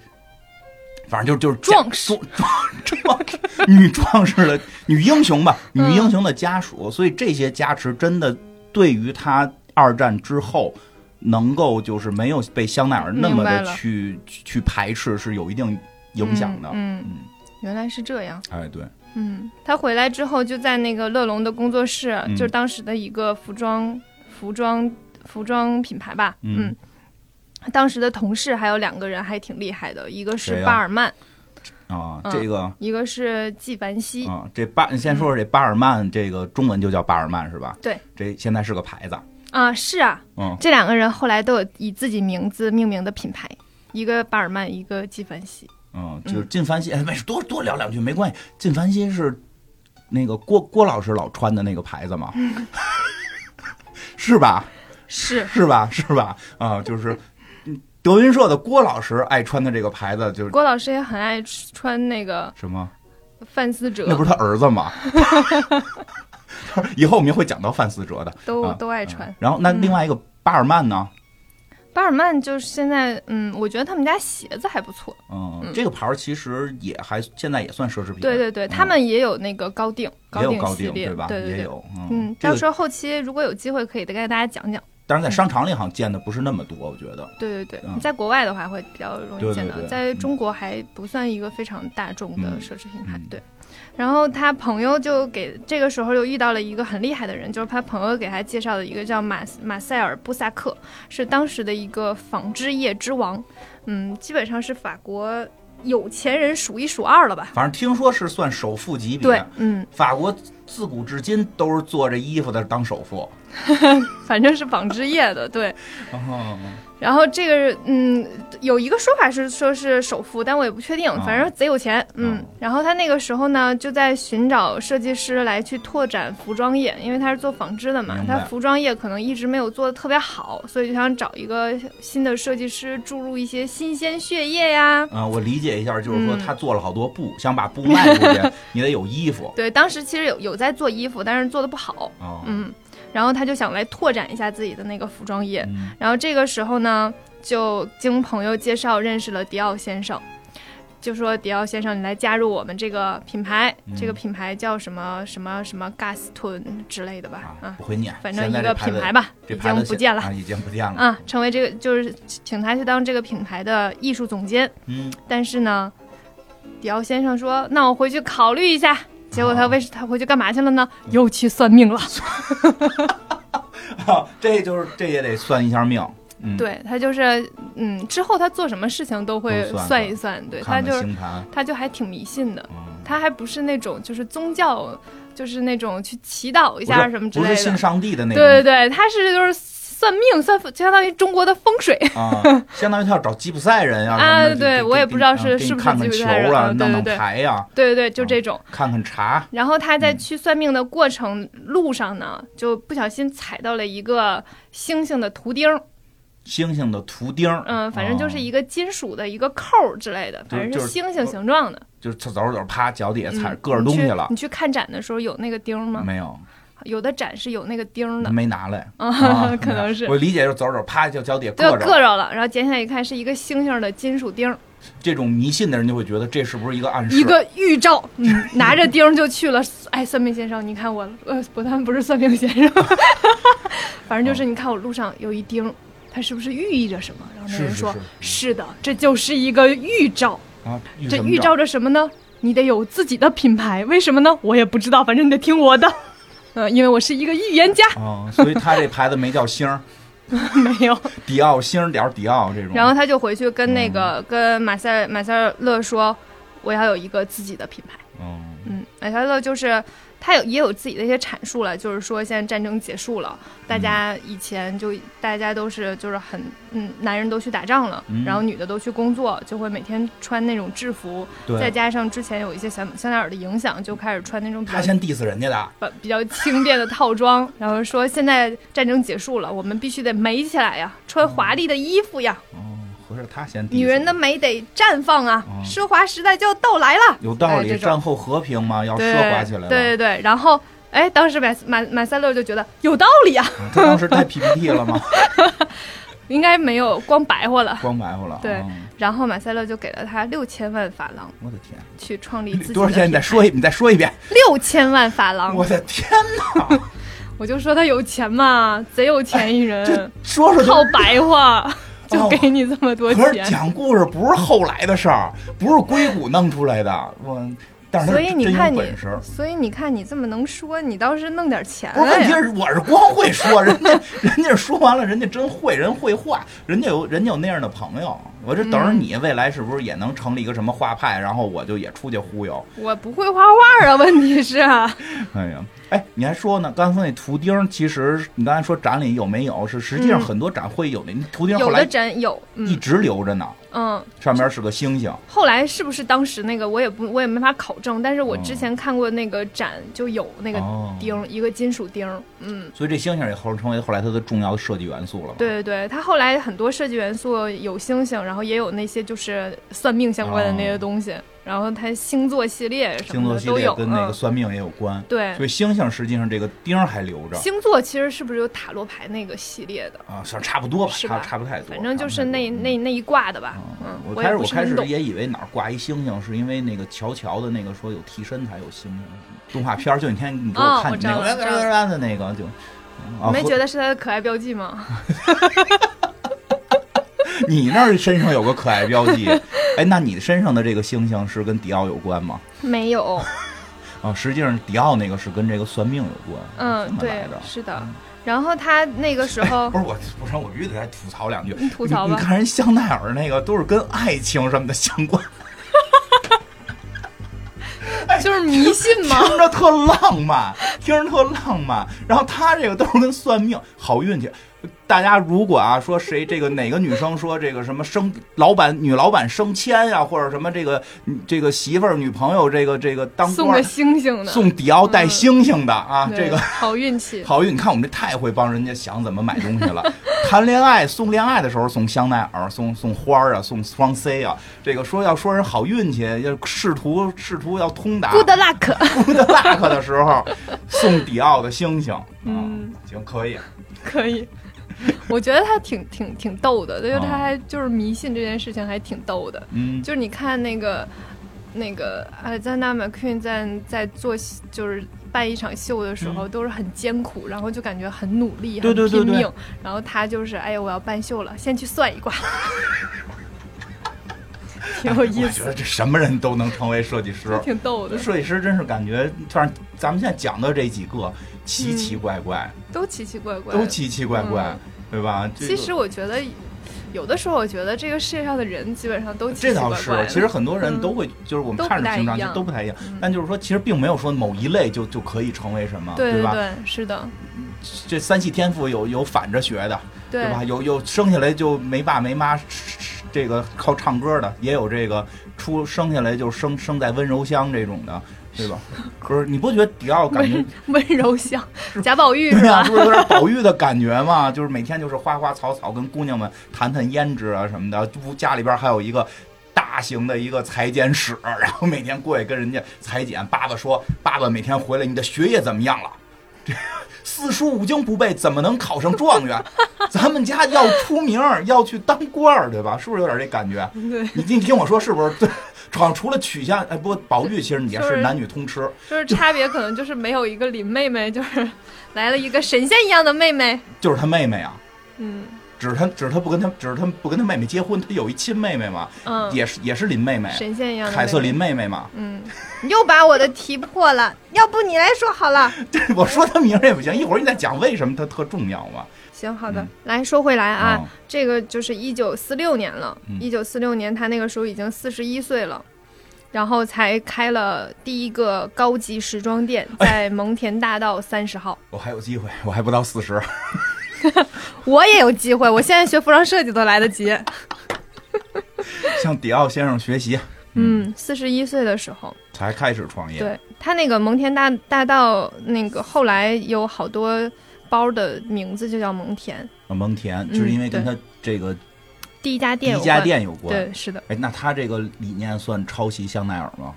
B: 反正就就是家
A: 壮士
B: 壮壮士女壮士的女英雄吧，女
A: 嗯
B: 英雄的家属。所以这些加持真的对于他二战之后。能够就是没有被香奈儿那么
A: 明白
B: 的
A: 了
B: 去去去排斥，是有一定影响的。
A: 嗯嗯
B: 嗯
A: 原来是这样。
B: 哎，对，
A: 嗯，他回来之后就在那个乐龙的工作室，
B: 嗯
A: 就是当时的一个服装、服装、服装品牌吧。
B: 嗯
A: 嗯，当时的同事还有两个人还挺厉害的，一个
B: 谁
A: 是
B: 呀
A: 巴尔曼，
B: 啊，
A: 嗯
B: 这个、
A: 一个是纪梵希。
B: 啊，这巴，你先说说这巴尔曼，这个中文就叫巴尔曼是吧？
A: 对，
B: 这现在是个牌子，
A: 啊，是啊，
B: 嗯，
A: 这两个人后来都有以自己名字命名的品牌，一个巴尔曼，一个纪梵希。
B: 嗯，就是晋凡希，哎，没事，多多聊两句没关系。晋凡希是那个郭郭老师老穿的那个牌子嘛，
A: 嗯
B: 是吧？
A: 是
B: 是吧？是吧？啊，就是嗯德云社的郭老师爱穿的这个牌子，就是
A: 郭老师也很爱穿那个
B: 什么？
A: 范思哲，
B: 那不是他儿子吗？ 以后我们也会讲到范思哲的。
A: 都、
B: 啊
A: 都爱穿。
B: 嗯然后那另外一个巴尔曼呢？
A: 巴尔曼就是现在，嗯，我觉得他们家鞋子还不错。
B: 嗯，这个牌儿其实也还现在也算奢侈品，
A: 对对对，他们也有那个高定，
B: 嗯也有
A: 定
B: 高
A: 系
B: 定
A: 列，
B: 吧？
A: 对对
B: 也
A: 对。
B: 有，
A: 嗯，
B: 这
A: 到
B: 个
A: 时候后期如果有机会，可以再跟大家讲讲。
B: 但是在商场里好像见的不是那么多，我觉得。
A: 对对对，
B: 嗯
A: 你在国外的话会比较容易见到，
B: 对对对
A: 在中国还不算一个非常大众的
B: 嗯
A: 奢侈品牌。
B: 嗯
A: 对，然后他朋友就给这个时候又遇到了一个很厉害的人，就是他朋友给他介绍的一个叫马马塞尔布萨克，是当时的一个纺织业之王，嗯，基本上是法国有钱人数一数二了吧？
B: 反正听说是算首富级别。
A: 对，嗯，
B: 法国自古至今都是做这衣服的当首富。
A: 反正是纺织业的，对。
B: 哦，
A: 然后这个嗯，有一个说法是说是首富，但我也不确定
B: 啊，
A: 反正贼有钱，嗯。
B: 啊
A: 然后他那个时候呢，就在寻找设计师来去拓展服装业，因为他是做纺织的嘛
B: 明，白
A: 他服装业可能一直没有做的特别好，所以就想找一个新的设计师注入一些新鲜血液呀。
B: 啊，我理解一下，就是说
A: 嗯
B: 他做了好多布，想把布卖出去，你得有 衣服。
A: 对，当时其实有有在做衣服，但是做的不好，
B: 哦，
A: 嗯。然后他就想来拓展一下自己的那个服装业，
B: 嗯
A: 然后这个时候呢，就经朋友介绍认识了迪奥先生，就说迪奥先生，你来加入我们这个品牌，
B: 嗯
A: 这个品牌叫什么什么什么 Gaston 之类的吧，
B: 啊
A: 啊，
B: 不会念，
A: 反正
B: 现在
A: 一
B: 这
A: 个
B: 牌
A: 品
B: 子
A: 牌吧，
B: 这
A: 已
B: 牌子
A: 经不见了
B: 啊，已经不见了。
A: 啊，成为这个就是请他去当这个品牌的艺术总监，
B: 嗯，
A: 但是呢，迪奥先生说，那我回去考虑一下。结果他为他回去干嘛去了呢？又去算命了。
B: 嗯 这就是这也得算一下命。嗯，，
A: 对他就是，嗯，之后他做什么事情都会
B: 都算
A: 算一算。对，他
B: 看
A: 就
B: 看
A: 是
B: 星盘。
A: 他就还挺迷信的，
B: 嗯
A: 他还不是那种就是宗教，就是那种去祈祷一
B: 不
A: 下
B: 是
A: 什么之
B: 不
A: 类
B: 是信
A: 的。
B: 上帝的那种
A: 对对对，他是就是算命算相当于中国的风水
B: 啊，相当于他要找吉普赛人呀 什
A: 啊
B: 么的。
A: 对
B: 给
A: 我也不知道是
B: 给
A: 是不是
B: 给你看看
A: 吉
B: 球
A: 普赛人
B: 啊，
A: 嗯对
B: 弄弄
A: 对对
B: 牌呀，
A: 对对对，就这种。
B: 看看茶。
A: 然后他在去算命的过程路上呢，就不小心踩到了一个星星的图钉儿，
B: 星星的图钉儿，
A: 嗯，反正就是
B: 啊
A: 一个金属的一个扣儿之类的，
B: 就
A: 反正
B: 就是
A: 是星星形状的。
B: 就是走着走着，啪，脚底下踩
A: 嗯
B: 着硌着东西了，
A: 你去。你去看展的时候有那个钉儿吗？
B: 没有，
A: 有的展是有那个钉儿的
B: 他，没拿 来，
A: 啊，可能是
B: 我理解就是走着走着，啪，就脚底下
A: 对，
B: 硌
A: 硌
B: 着。
A: 着了，然后捡起来一看是一个星星的金属钉儿，
B: 这种迷信的人就会觉得这是不是一个暗示？
A: 一个预兆。嗯，拿着钉儿就去了。哎，算命先生，你看我，呃，不，他们不是算命先生， 反正
B: 嗯
A: 就是你看我路上有一钉儿，它是不是寓意着什么？然后那
B: 是
A: 人
B: 是
A: 说，
B: 是
A: 的，这就是一个预兆。
B: 啊，
A: 这
B: 什么
A: 预兆着什么呢？你得有自己的品牌，为什么呢？我也不知道，反正你得听我的。 嗯，因为我是一个预言家，
B: 啊，所以他这牌子没叫星儿，
A: 没有。
B: 迪奥星儿点儿迪奥这种。
A: 然后他就回去跟那个、
B: 嗯
A: 跟马塞尔马塞尔勒说，我要有一个自己的品牌。
B: 嗯，
A: 嗯，马塞尔勒就是他有也有自己的一些阐述了，就是说现在战争结束了，大
B: 嗯
A: 家以前就大家都是就是很嗯，男人都去打仗了，
B: 嗯
A: 然后女的都去工作，就会每天穿那种制服，再
B: 对，
A: 加上之前有一些香香奈儿的影响，就开始穿那种比
B: 他
A: 较
B: 先 diss 人家的，
A: 把比较轻便的套装，然后说现在战争结束了，我们必须得美起来呀，
B: 嗯
A: 穿华丽的衣服呀，
B: 哦，合着他先 diss
A: 女人的美得绽放啊，
B: 嗯
A: 奢华时代就要到来了。
B: 有道
A: 哎
B: 理，
A: 这种
B: 战后和平嘛，要
A: 对
B: 奢华起来了。
A: 对对 对，然后哎，当时马马马塞勒就觉得有道理啊，
B: 嗯他当时带 PPT 了吗？
A: 应该没有光白活了。
B: 光白活了。
A: 对
B: 嗯，
A: 然后马塞勒就给了他六千万法郎
B: 我的天，
A: 去创立自己的
B: 多少钱？你再说一，你再说一遍。
A: 六千万法郎，
B: 我
A: 我
B: 的天哪，
A: 就说他有钱嘛，贼有钱一
B: 哎
A: 人，
B: 说说就
A: 好白话，就
B: 哦
A: 给你这么多
B: 可是
A: 钱。
B: 讲故事不是后来的事儿，不是硅谷弄出来的。我，但是他
A: 所
B: 是
A: 以
B: 真
A: 你
B: 有
A: 看你
B: 本事，。
A: 所以你看你这么能说，你倒是弄点钱
B: 不是
A: 来
B: 问题
A: 哎呀。
B: 是我是光会说，人家人家说完了，人家真会，人会画，人家有人家有那样的朋友。我这等
A: 嗯
B: 着你未来是不是也能成立一个什么画派，然后我就也出去忽悠。
A: 我不会画画啊，问题是啊、
B: 哎呀，哎，你还说呢？刚才那图钉儿，其实你刚才说展里有没有？是实际
A: 嗯
B: 上很多展会有那、那图钉，后
A: 有的
B: 来
A: 展有，
B: 一
A: 嗯
B: 直留着呢，
A: 嗯，
B: 上面是个星星。
A: 后来是不是当时那个我也不我也没法考证，但是我
B: 哦
A: 之前看过那个展就有那个
B: 哦
A: 钉儿，一个金属钉儿，嗯，
B: 所以这星星也后成为后来它的重要的设计元素了嘛？
A: 对对对，它后来很多设计元素有星星，然后也有那些就是算命相关的那些东西，然后它星座系列什
B: 哦星
A: 么
B: 座
A: 的
B: 系
A: 都
B: 列
A: 有，
B: 跟那个
A: 嗯，
B: 算命也有关，
A: 对
B: 所，以星星实际上这个钉儿还留着
A: 星座其实是不是有塔罗牌那个系列的？
B: 啊，算差不多吧，
A: 是
B: 差
A: 吧
B: 差不太多，
A: 反正就是
B: 差不太
A: 那
B: 多
A: 那那一挂的吧
B: 嗯，
A: 嗯，
B: 我
A: 也
B: 开始
A: 不
B: 我
A: 是
B: 开
A: 很
B: 始
A: 懂。
B: 也以为哪儿挂一星星，是因为那个乔乔的那个说有替身才有星星，动画片儿就你看你给
A: 哦
B: 我看
A: 我
B: 你
A: 知
B: 那
A: 道
B: 个
A: 了知道
B: 的那个就啊，
A: 你没
B: 和
A: 觉得是他的可爱标记吗？
B: 你那儿身上有个可爱标记？哎，那你身上的这个星星是跟迪奥有关吗？
A: 没有，
B: 啊，实际上迪奥那个是跟这个算命有关。
A: 嗯，
B: 这么来
A: 对
B: 着，
A: 是的。然后他那个时候
B: 不是我，不是我必须得再吐槽两句。
A: 你哦吐槽
B: 你你
A: 吧，
B: 看人香奈儿那个都是跟爱情什么的相关，
A: 就是迷信 嘛。
B: 听着特浪漫，听着特浪漫。然后他这个都是跟算命、好运气。大家如果啊说谁这个哪个女生说这个什么升老板女老板升迁呀、或者什么这个嗯这个媳妇儿女朋友这个这个当
A: 送个
B: 官
A: 星星的，
B: 送迪奥带星星的啊，
A: 对
B: 这个
A: 好运气。
B: 好运，你看我们这太会帮人家想怎么买东西了。谈恋爱送恋爱的时候送香奈儿，送送花儿啊，送双 C 啊。这个说要说人好运气，要试图试图要通达
A: Good luck，
B: good luck 的时候，送迪奥的星星。啊
A: 嗯，
B: 行，可以。
A: 可以。我觉得他挺挺挺逗的，就是
B: 啊
A: 他还就是迷信这件事情还挺逗的。
B: 嗯，
A: 就是你看那个那个 Alexander McQueen 在在做戏就是办一场秀的时候，都是很艰苦，然后就感觉很努力，
B: 嗯对对对
A: 很拼
B: 对
A: 命。然后他就是，哎呀，我要办秀了，先去算一卦， 挺有意
B: 哎我觉得
A: 思，
B: 这什么人都能成为设计师。
A: 挺逗的，
B: 设计师真是感觉，反正咱们现在讲的这几个奇奇怪怪，
A: 都奇奇怪怪的。
B: 都奇奇怪怪，
A: 嗯
B: 对吧？这
A: 其
B: 个
A: 实我觉得，有的时候我觉得这个世界上的人基本上都奇
B: 这
A: 奇怪
B: 倒
A: 怪
B: 是
A: 的。，嗯
B: 其实很多人都会，就是我们
A: 都
B: 看
A: 不
B: 着
A: 太
B: 平
A: 一
B: 常就
A: 样
B: 都不太一样，
A: 嗯
B: 但就是说，其实并没有说某一类就就可以成为什么，
A: 对
B: 吧？
A: 对，是的，
B: 这三系天赋有有反着学的，对
A: 对
B: 吧？有有生下来就没爸没妈，这个靠唱歌的，也有这个出生下来就生生在温柔乡这种的，对吧？可是你不觉得迪奥感觉
A: 温温柔乡，贾宝玉是
B: 对呀、啊
A: 吧？
B: 不是有点宝玉的感觉吗？就是每天就是花花草草，跟姑娘们谈谈胭脂啊什么的。屋家里边还有一个大型的一个裁剪室，然后每天过去跟人家裁剪。爸爸说：“爸爸每天回来，你的学业怎么样了？”这四书五经不背，怎么能考上状元？咱们家要出名儿，要去当官儿，对吧？是不是有点这感觉？
A: 对，
B: 你你听我说，是不是？对，好像除了取向，哎，不过宝玉其实也
A: 就是
B: 是男女通吃。
A: 就是差别可能就是没有一个林妹妹，就是来了一个神仙一样的妹妹。
B: 就是他妹妹啊，
A: 嗯
B: 只是他只是他不跟他只是他不跟他妹妹结婚，他有一亲妹妹嘛，
A: 嗯，
B: 也是也是林妹妹，
A: 神仙一样的妹妹
B: 凯瑟琳。妹妹嘛。
A: 嗯，你又把我的题破了，要不你来说好了。
B: 对，我说她名儿也不行，一会儿你再讲为什么她特重要嘛。
A: 行，好的，
B: 嗯
A: 来说回来啊，
B: 嗯
A: 这个就是一九四六年了
B: 嗯，
A: 一九四六年他那个时候已经四十一岁了。然后才开了第一个高级时装店，
B: 哎
A: 在蒙田大道三十号。
B: 我还有机会，我还不到四十。
A: 我也有机会，我现在学服装设计都来得及。
B: 向迪奥先生学习，
A: 嗯，四十一岁的时候，
B: 才开始创业。
A: 对他那个蒙田大大道，那个后来有好多包的名字就叫蒙田，
B: 蒙田
A: 嗯
B: 就是因为跟他这个
A: 第一家
B: 第
A: 店
B: 一
A: 有
B: 家
A: 关。
B: 店有关。
A: 对，是的，
B: 哎，那他这个理念算抄袭香奈儿吗？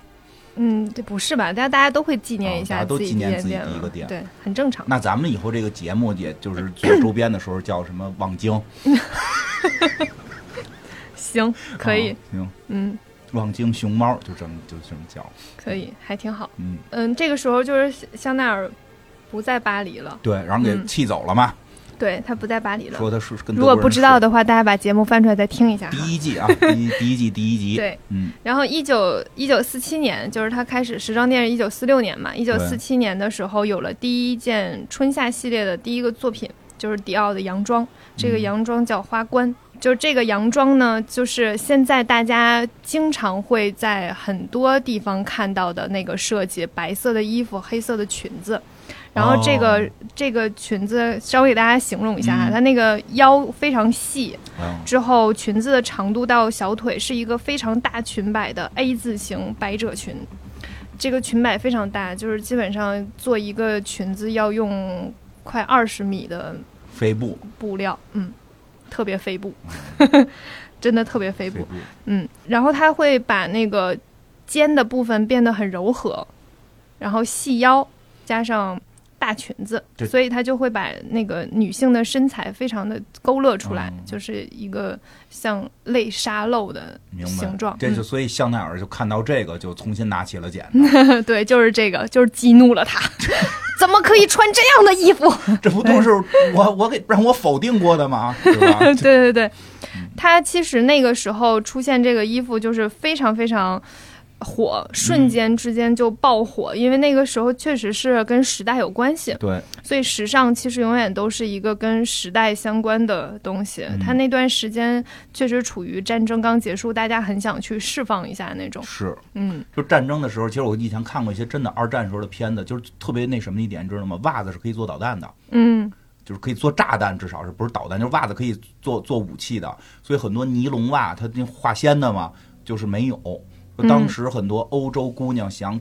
A: 嗯，这不是吧？大家大家都会纪念一
B: 啊大
A: 下
B: 家都
A: 自己
B: 纪念
A: 第
B: 自己
A: 店
B: 第一
A: 嘛
B: 个店
A: 对，很正常。
B: 那咱们以后这个节目，也就是做周边的时候叫什么望京，
A: 行，可以
B: 啊，行，
A: 嗯，
B: 望京熊猫就这么就这么叫，
A: 可以，还挺好。
B: 嗯。
A: 嗯，这个时候就是香香奈儿不在巴黎了，
B: 对，然后给
A: 嗯
B: 气走了嘛，
A: 对他不在巴黎了。
B: 说他是跟
A: 如果
B: 德国人
A: 不知道
B: 是
A: 的话，大家把节目翻出来再听一下哈。
B: 第一季啊，第一第一季第一集，
A: 对，
B: 嗯，
A: 然后一九一九四七年，就是他开始时装店是一九四六年嘛，一九四七年的时候有了第一件春夏系列的第一个作品，就是迪奥的洋装，这
B: 嗯
A: 个洋装叫花冠。就是这个洋装呢，就是现在大家经常会在很多地方看到的那个设计，白色的衣服，黑色的裙子。然后这个、
B: 哦
A: 这个裙子稍微给大家形容一下啊，
B: 嗯
A: 它那个腰非常细，
B: 嗯
A: 之后，裙子的长度到小腿是一个非常大裙摆的 A 字形百褶裙。这个裙摆非常大，就是基本上做一个裙子要用快二十米的
B: 飞布，
A: 布料，嗯，特别飞布， 真的特别飞
B: 飞
A: 布，
B: 布，
A: 嗯。然后它会把那个肩的部分变得很柔和，然后细腰加上大裙子，
B: 对
A: 所以它就会把那个女性的身材非常的勾勒出来，
B: 嗯
A: 就是一个像类沙漏的
B: 明白
A: 形状。嗯
B: 这就所以香奈儿就看到这个就重新拿起了剪子，
A: 嗯、对，就是这个，就是激怒了他，
C: 怎么可以穿这样的衣服？
B: 这不都是我我给让我否定过的吗？对 吧？
A: 对对对，
B: 嗯
A: 他其实那个时候出现这个衣服就是非常非常火，
B: 嗯
A: 瞬间之间就爆火，因为那个时候确实是跟时代有关系，
B: 对，
A: 所以时尚其实永远都是一个跟时代相关的东西。
B: 嗯
A: 他那段时间确实处于战争刚结束，大家很想去释放一下那种，
B: 是。
A: 嗯，
B: 就战争的时候，其实我以前看过一些真的二战时候的片子，就是特别那什么的一点，你知道吗？袜子是可以做导弹的，
A: 嗯，
B: 就是可以做炸弹，至少是不是导弹，就是袜子可以做做武器的。所以很多尼龙袜，它那化纤的嘛，就是没有。说当
A: 嗯
B: 时很多欧洲姑娘想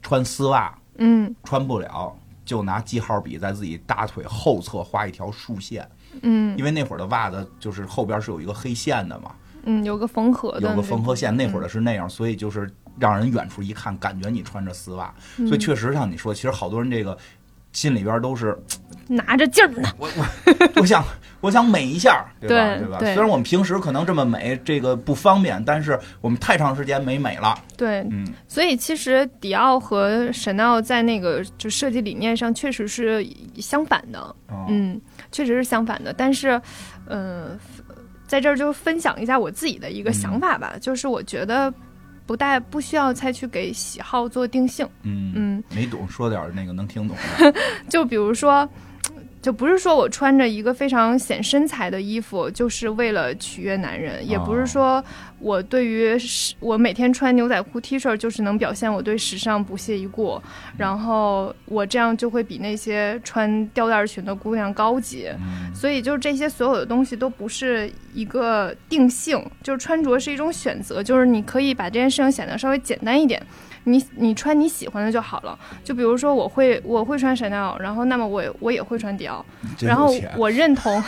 B: 穿丝袜，
A: 嗯，
B: 穿不了，就拿记号笔在自己大腿后侧画一条竖线，
A: 嗯
B: 因为那会儿的袜子就是后边是有一个黑线的嘛，
A: 嗯，有个缝合的，
B: 有个缝合，线，那会儿
A: 嗯
B: 的是那样，所以就是让人远处一看，感觉你穿着丝袜，所
A: 嗯
B: 以确实像你说，其实好多人这个心里边都是，
A: 拿着劲儿呢，
B: 我我我想我想美一下，对吧？
A: 对
B: 对吧？
A: 对
B: 虽然我们平时可能这么美，这个不方便，但是我们太长时间没美了，
A: 对，
B: 嗯，
A: 所以其实迪奥和 Chanel 在那个就设计理念上确实是相反的，
B: 哦
A: 嗯，确实是相反的。但是，嗯、在这儿就分享一下我自己的一个想法吧，就是我觉得不带不需要再去给喜好做定性，
B: 嗯，
A: 嗯，
B: 没懂，说点那个能听懂的，
A: 就比如说。就不是说我穿着一个非常显身材的衣服，就是为了取悦男人，也不是说我对于时我每天穿牛仔裤、T 恤，就是能表现我对时尚不屑一顾，然后我这样就会比那些穿吊带裙的姑娘高级。
B: 嗯
A: 所以就是这些所有的东西都不是一个定性，就是穿着是一种选择，就是你可以把这件事情显得稍微简单一点。你你穿你喜欢的就好了，就比如说我会我会穿 Chanel，然后那么我也我也会穿迪奥，
B: 真
A: 然后
B: 有钱，
A: 我认 同，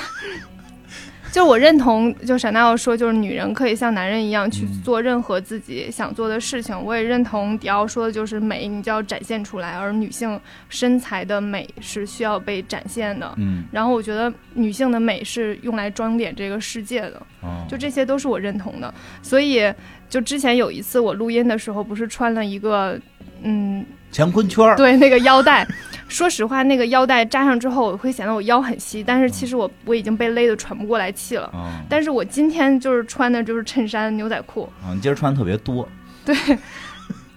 A: 就我认同，就 Chanel 说，就是女人可以像男人一样去
B: 嗯
A: 做任何自己想做的事情。我也认同迪奥说的，就是美你就要展现出来，而女性身材的美是需要被展现的。
B: 嗯，
A: 然后我觉得女性的美是用来装点这个世界的，
B: 哦
A: 就这些都是我认同的。所以，就之前有一次我录音的时候，不是穿了一个，嗯，
B: 乾坤圈儿，
A: 对，那个腰带，说实话，那个腰带扎上之后，我会显得我腰很细，但是其实我我已经被勒得喘不过来气了。
B: 嗯，
A: 但是我今天就是穿的就是衬衫、牛仔裤，
B: 啊，你今儿穿特别多，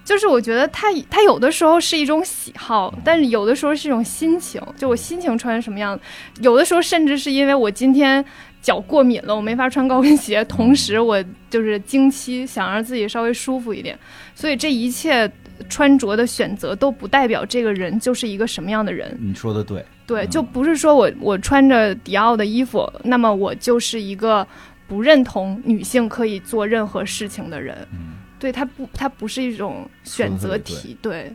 A: 就是我觉得它它有的时候是一种喜好，但是有的时候是一种心情，就我心情穿什么样子，有的时候甚至是因为我今天脚过敏了，我没法穿高跟鞋，同时我就是经期，想让自己稍微舒服一点，所以这一切穿着的选择都不代表这个人就是一个什么样的人。
B: 你说的对，
A: 对，
B: 嗯
A: 就不是说我我穿着迪奥的衣服，那么我就是一个不认同女性可以做任何事情的人。
B: 嗯，
A: 对，它不，它不是一种选择题。对，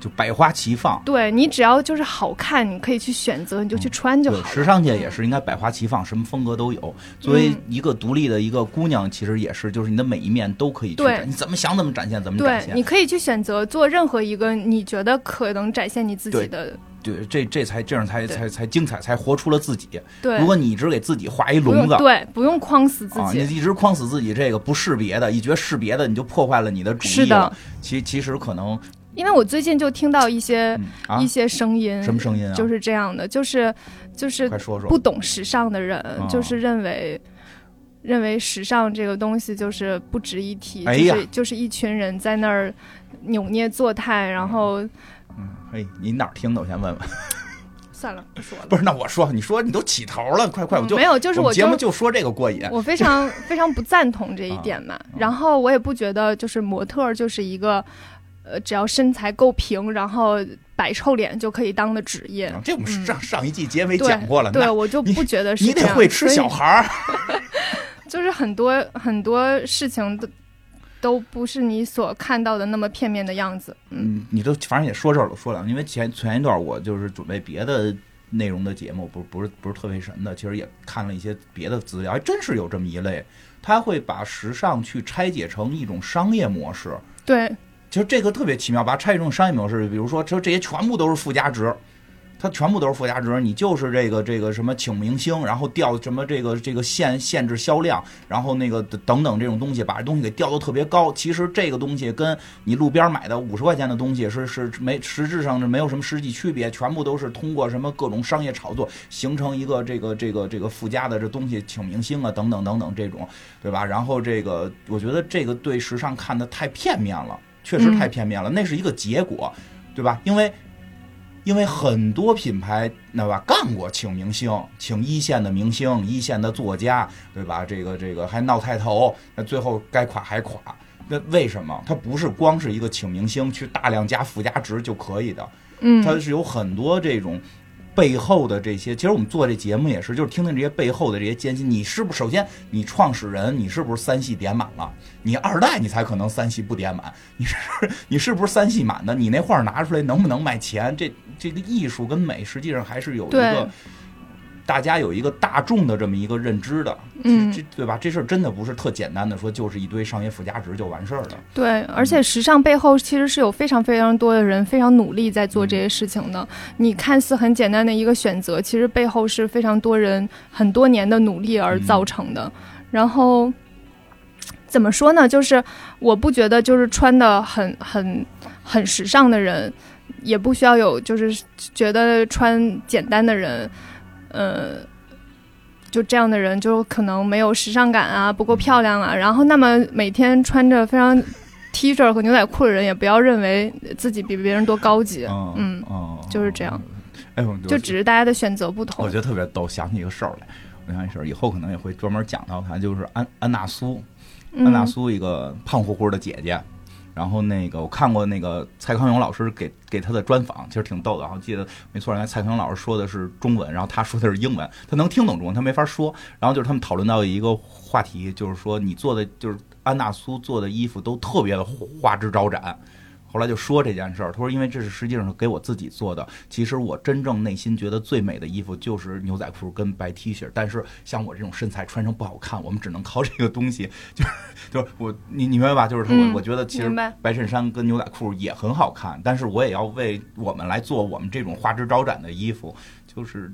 B: 就百花齐放。
A: 对你只要就是好看，你可以去选择，你就去穿就
B: 嗯对，
A: 好了。嗯
B: 时尚界也是应该百花齐放，什么风格都有。作为一个独立的一个姑娘，其实也是，就是你的每一面都可以去
A: 对
B: 展，你怎么想怎么展现，怎么展
A: 对，你
B: 现。
A: 可以去选择做任何一个你觉得可能展现你自己
B: 对
A: 的。
B: 对，这这才这样才
A: 对
B: 才才精彩，才活出了自己。
A: 对，
B: 如果你只给自己画一
A: 不
B: 笼
A: 用
B: 子。
A: 对，不用框死自
B: 啊，你
A: 己。
B: 一直框死自己，这个不识别的，一觉得识别的，你就破坏了你的主
A: 是
B: 意
A: 的
B: 了。其其实可能，
A: 因为我最近就听到一些、
B: 嗯啊
A: 一，些声音，
B: 什么声音啊？
A: 就是这样的，就是就是
B: 快说说
A: 不懂时尚的人，
B: 啊
A: 就是认为认为时尚这个东西就是不值一提，
B: 哎
A: 就
B: 呀
A: 是就是一群人在那儿扭捏作态，然后、
B: 哎，你哪儿听的？我先问问。
A: 算了，不说了。
B: 不是，那我说，你说你都起头了，快快，我就
A: 嗯没有，就是
B: 我
A: 我
B: 们节
A: 就
B: 目就说这个过瘾。
A: 我非常非常不赞同这一点
B: 啊
A: 嘛。然后我也不觉得就是模特儿就是一个，呃，只要身材够平，然后摆臭脸就可以当的职业。
B: 啊这我们
A: 嗯
B: 上上一季结尾
A: 对
B: 讲过了，
A: 对
B: 那
A: 我就不觉得是
B: 你
A: 这
B: 得
A: 样
B: 会吃
A: 所以
B: 小孩儿，
A: 就是很多很多事情都都不是你所看到的那么片面的样子。嗯
B: 嗯，你都反正也说这儿了，说了，因为前前一段我就是准备别的内容的节目，不是不是不是特别神的，其实也看了一些别的资料，还真是有这么一类，他会把时尚去拆解成一种商业模式，
A: 对
B: 其实这个特别奇妙，把它拆解成商业模式，比如说，这这些全部都是附加值。它全部都是附加值，你就是这个这个什么请明星，然后调什么这个这个限限制销量，然后那个等等这种东西，把东西给调到特别高。其实这个东西跟你路边买的五十块钱的东西是是没实质上是没有什么实际区别，全部都是通过什么各种商业炒作形成一个这个这个这个附加的这东西，请明星啊等等等等这种，对吧？然后这个我觉得这个对时尚看的太片面了，确实太片面了，那是一个结果，对吧？因为因为很多品牌，那吧干过请明星，请一线的明星、一线的作家，对吧？这个这个还闹太头，那最后该垮还垮。那为什么？它不是光是一个请明星去大量加附加值就可以的，它
A: 嗯
B: 是有很多这种背后的这些。其实我们做这节目也是，就是听听这些背后的这些艰辛。你是不是首先你创始人，你是不是三系点满了？你二代你才可能三系不点满， 你是你是不是三系满的？你那画拿出来能不能卖钱？这这个艺术跟美实际上还是有一个
A: 对
B: 大家有一个大众的这么一个认知的，
A: 嗯
B: 这，这对吧？这事儿真的不是特简单的说，就是一堆商业附加值就完事儿了。
A: 对，而且时尚背后其实是有非常非常多的人非常努力在做这些事情的。你看似很简单的一个选择，其实背后是非常多人很多年的努力而造成的。然后怎么说呢？就是我不觉得就是穿的很很很时尚的人，也不需要有就是觉得穿简单的人，呃。就这样的人，就可能没有时尚感啊，不
B: 嗯
A: 够漂亮啊。然后，那么每天穿着非常 T 恤和牛仔裤的人，也不要认为自己比别人多高级。嗯，
B: 嗯
A: 就是这样。
B: 哎呦，
A: 就只是大家的选择不
B: 我
A: 同
B: 觉。得特别逗，想起一个事儿来。我想起一事儿，以后可能也会专门讲到她，就是安安娜苏，安娜
A: 嗯，
B: 苏一个胖乎乎的姐姐。然后那个我看过那个蔡康永老师给给她的专访，其实挺逗的。然后记得没错，原来蔡康永老师说的是中文，然后他说的是英文，他能听懂中文，他没法说。然后就是他们讨论到一个话题，就是说你做的就是安娜苏做的衣服都特别的花枝招展。后来就说这件事儿，他说因为这是实际上是给我自己做的，其实我真正内心觉得最美的衣服就是牛仔裤跟白 T 恤，但是像我这种身材穿上不好看，我们只能靠这个东西， 就是就是我你你明白吧？就是他我、
A: 嗯
B: 我觉得其实
A: 明白
B: 白衬衫跟牛仔裤也很好看，但是我也要为我们来做我们这种花枝招展的衣服，就是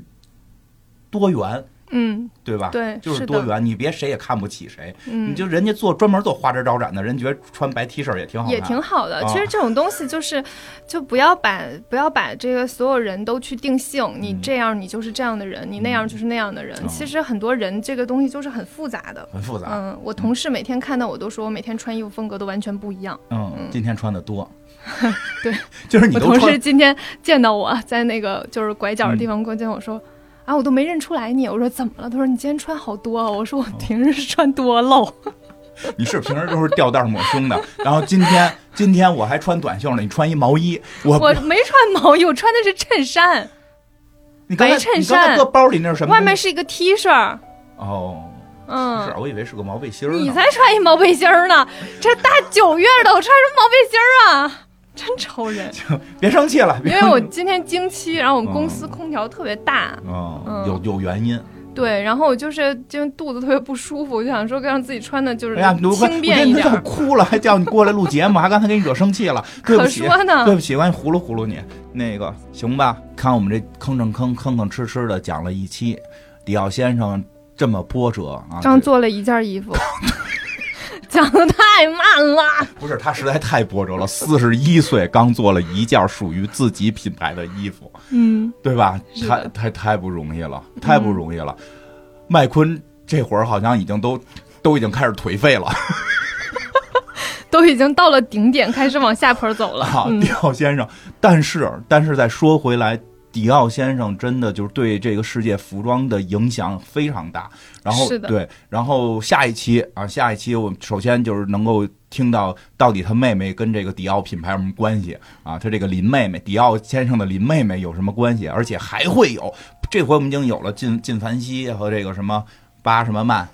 B: 多元，
A: 嗯，
B: 对吧？
A: 对，
B: 就是
A: 的
B: 多元，你别谁也看不起谁，你
A: 嗯，
B: 就人家做专门做花枝招展的人，觉得穿白 T 恤也挺好看，
A: 也挺好的。
B: 啊
A: 其实这种东西就是，就不要把不要把这个所有人都去定性，你这样你就是这样的人，你那样就是那样的人。
B: 嗯
A: 其实很多人这个东西就是很复杂的。
B: 很复杂。
A: 嗯，我同事每天看到我都说，我每天穿衣服风格都完全不一样。
B: 嗯，今天穿的多，
A: 对，
B: 就是嗯你
A: 我
B: 都
A: 同事
B: 穿，
A: 今天见到我在那个就是拐角的地方过见我说。
B: 嗯
A: 啊，我都没认出来你。我说怎么了？他说你今天穿好多啊。我说我平时穿多
B: 啊
A: 露。
B: 你是平时都是吊带抹 胸的，然后今天今天我还穿短袖呢，你穿一毛衣，我
A: 我没穿毛衣，我穿的是衬衫，
B: 你刚才
A: 白衬
B: 你刚才
A: 衫
B: 搁包里那是什么东
A: 外
B: 西？
A: 面是一个 T 恤。
B: 哦，
A: 嗯，
B: 是我以为是个毛背心儿呢。
A: 你才穿一毛背心儿呢，这大九月的我穿什么毛背心儿啊？真愁人，
B: 别生气了，
A: 因
B: 别
A: 为我今天经期，然后我们公司空调特别大，
B: 哦
A: 嗯
B: 有有原因。
A: 对，然后我就是今天肚子特别不舒服，我就想说让自己穿的就是
B: 哎呀，我
A: 轻便一
B: 你
A: 点
B: 怎么
A: 儿。
B: 哭了？还叫你过来录节目，还刚才给你惹生气了，对不
A: 可
B: 起，
A: 说呢
B: 对，不起，我先糊噜糊噜你。那个行吧，看我们这吭哧吭吭吭哧哧的讲了一期，迪奥先生这么波折啊，
A: 刚做了一件衣服， 讲的太慢了。
B: 不是，他实在太波折了。四十一岁刚做了一件属于自己品牌的衣服，
A: 嗯，
B: 对吧？
A: 是
B: 太
A: 的
B: 太太不容易了，太不容易了。麦昆这会儿好像已经都都已经开始颓废了。
A: 都已经到了顶点，开始往下坡走了。
B: 啊，
A: 嗯
B: 迪奥先生。但是，但是再说回来，迪奥先生真的就是对这个世界服装的影响非常大。然后，
A: 是的
B: 对，然后下一期啊，下一期我们首先就是能够听到到底他妹妹跟这个迪奥品牌有什么关系啊？他这个林妹妹，迪奥先生的林妹妹有什么关系？啊而且还会有，这回我们已经有了 靳靳凡希和这个什么巴什么曼。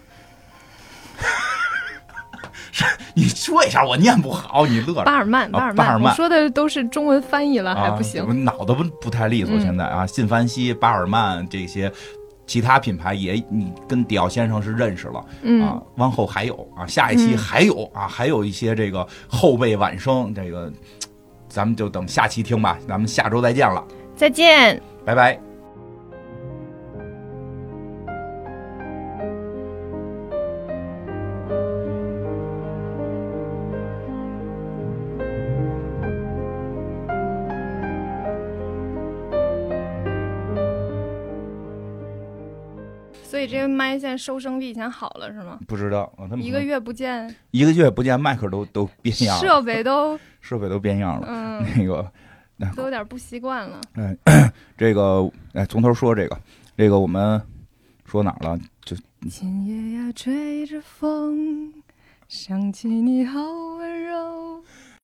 B: 是 你说一下，我念不好，你乐着。
A: 巴尔曼，巴
B: 啊
A: 尔
B: 巴尔
A: 曼，
B: 曼
A: 我说的都是中文翻译了， 还不行
B: 啊、我。脑子不不太利索。
A: 嗯
B: 现在啊，信凡希、巴尔曼这些其他品牌也，你跟迪奥先生是认识了、
A: 嗯
B: 啊。往后还有啊，下一期
A: 嗯
B: 还有、啊，还有一些这个后辈晚生，这个咱们就等下期听吧，咱们下周再见了。
A: 再见。
B: 拜拜。
A: 所以这个麦现在收声比以前好了是吗？
B: 不知道，啊他们
A: 一
B: 可
A: 个
B: 能
A: 月不见，
B: 一个月不见，麦克都都变样了，
A: 设备都
B: 设备都变样了。
A: 嗯
B: 那个，
A: 都有点不习惯了。
B: 这个，哎，从头说这个，这个我们说哪儿了？就
A: 今夜呀，吹着风，想起你好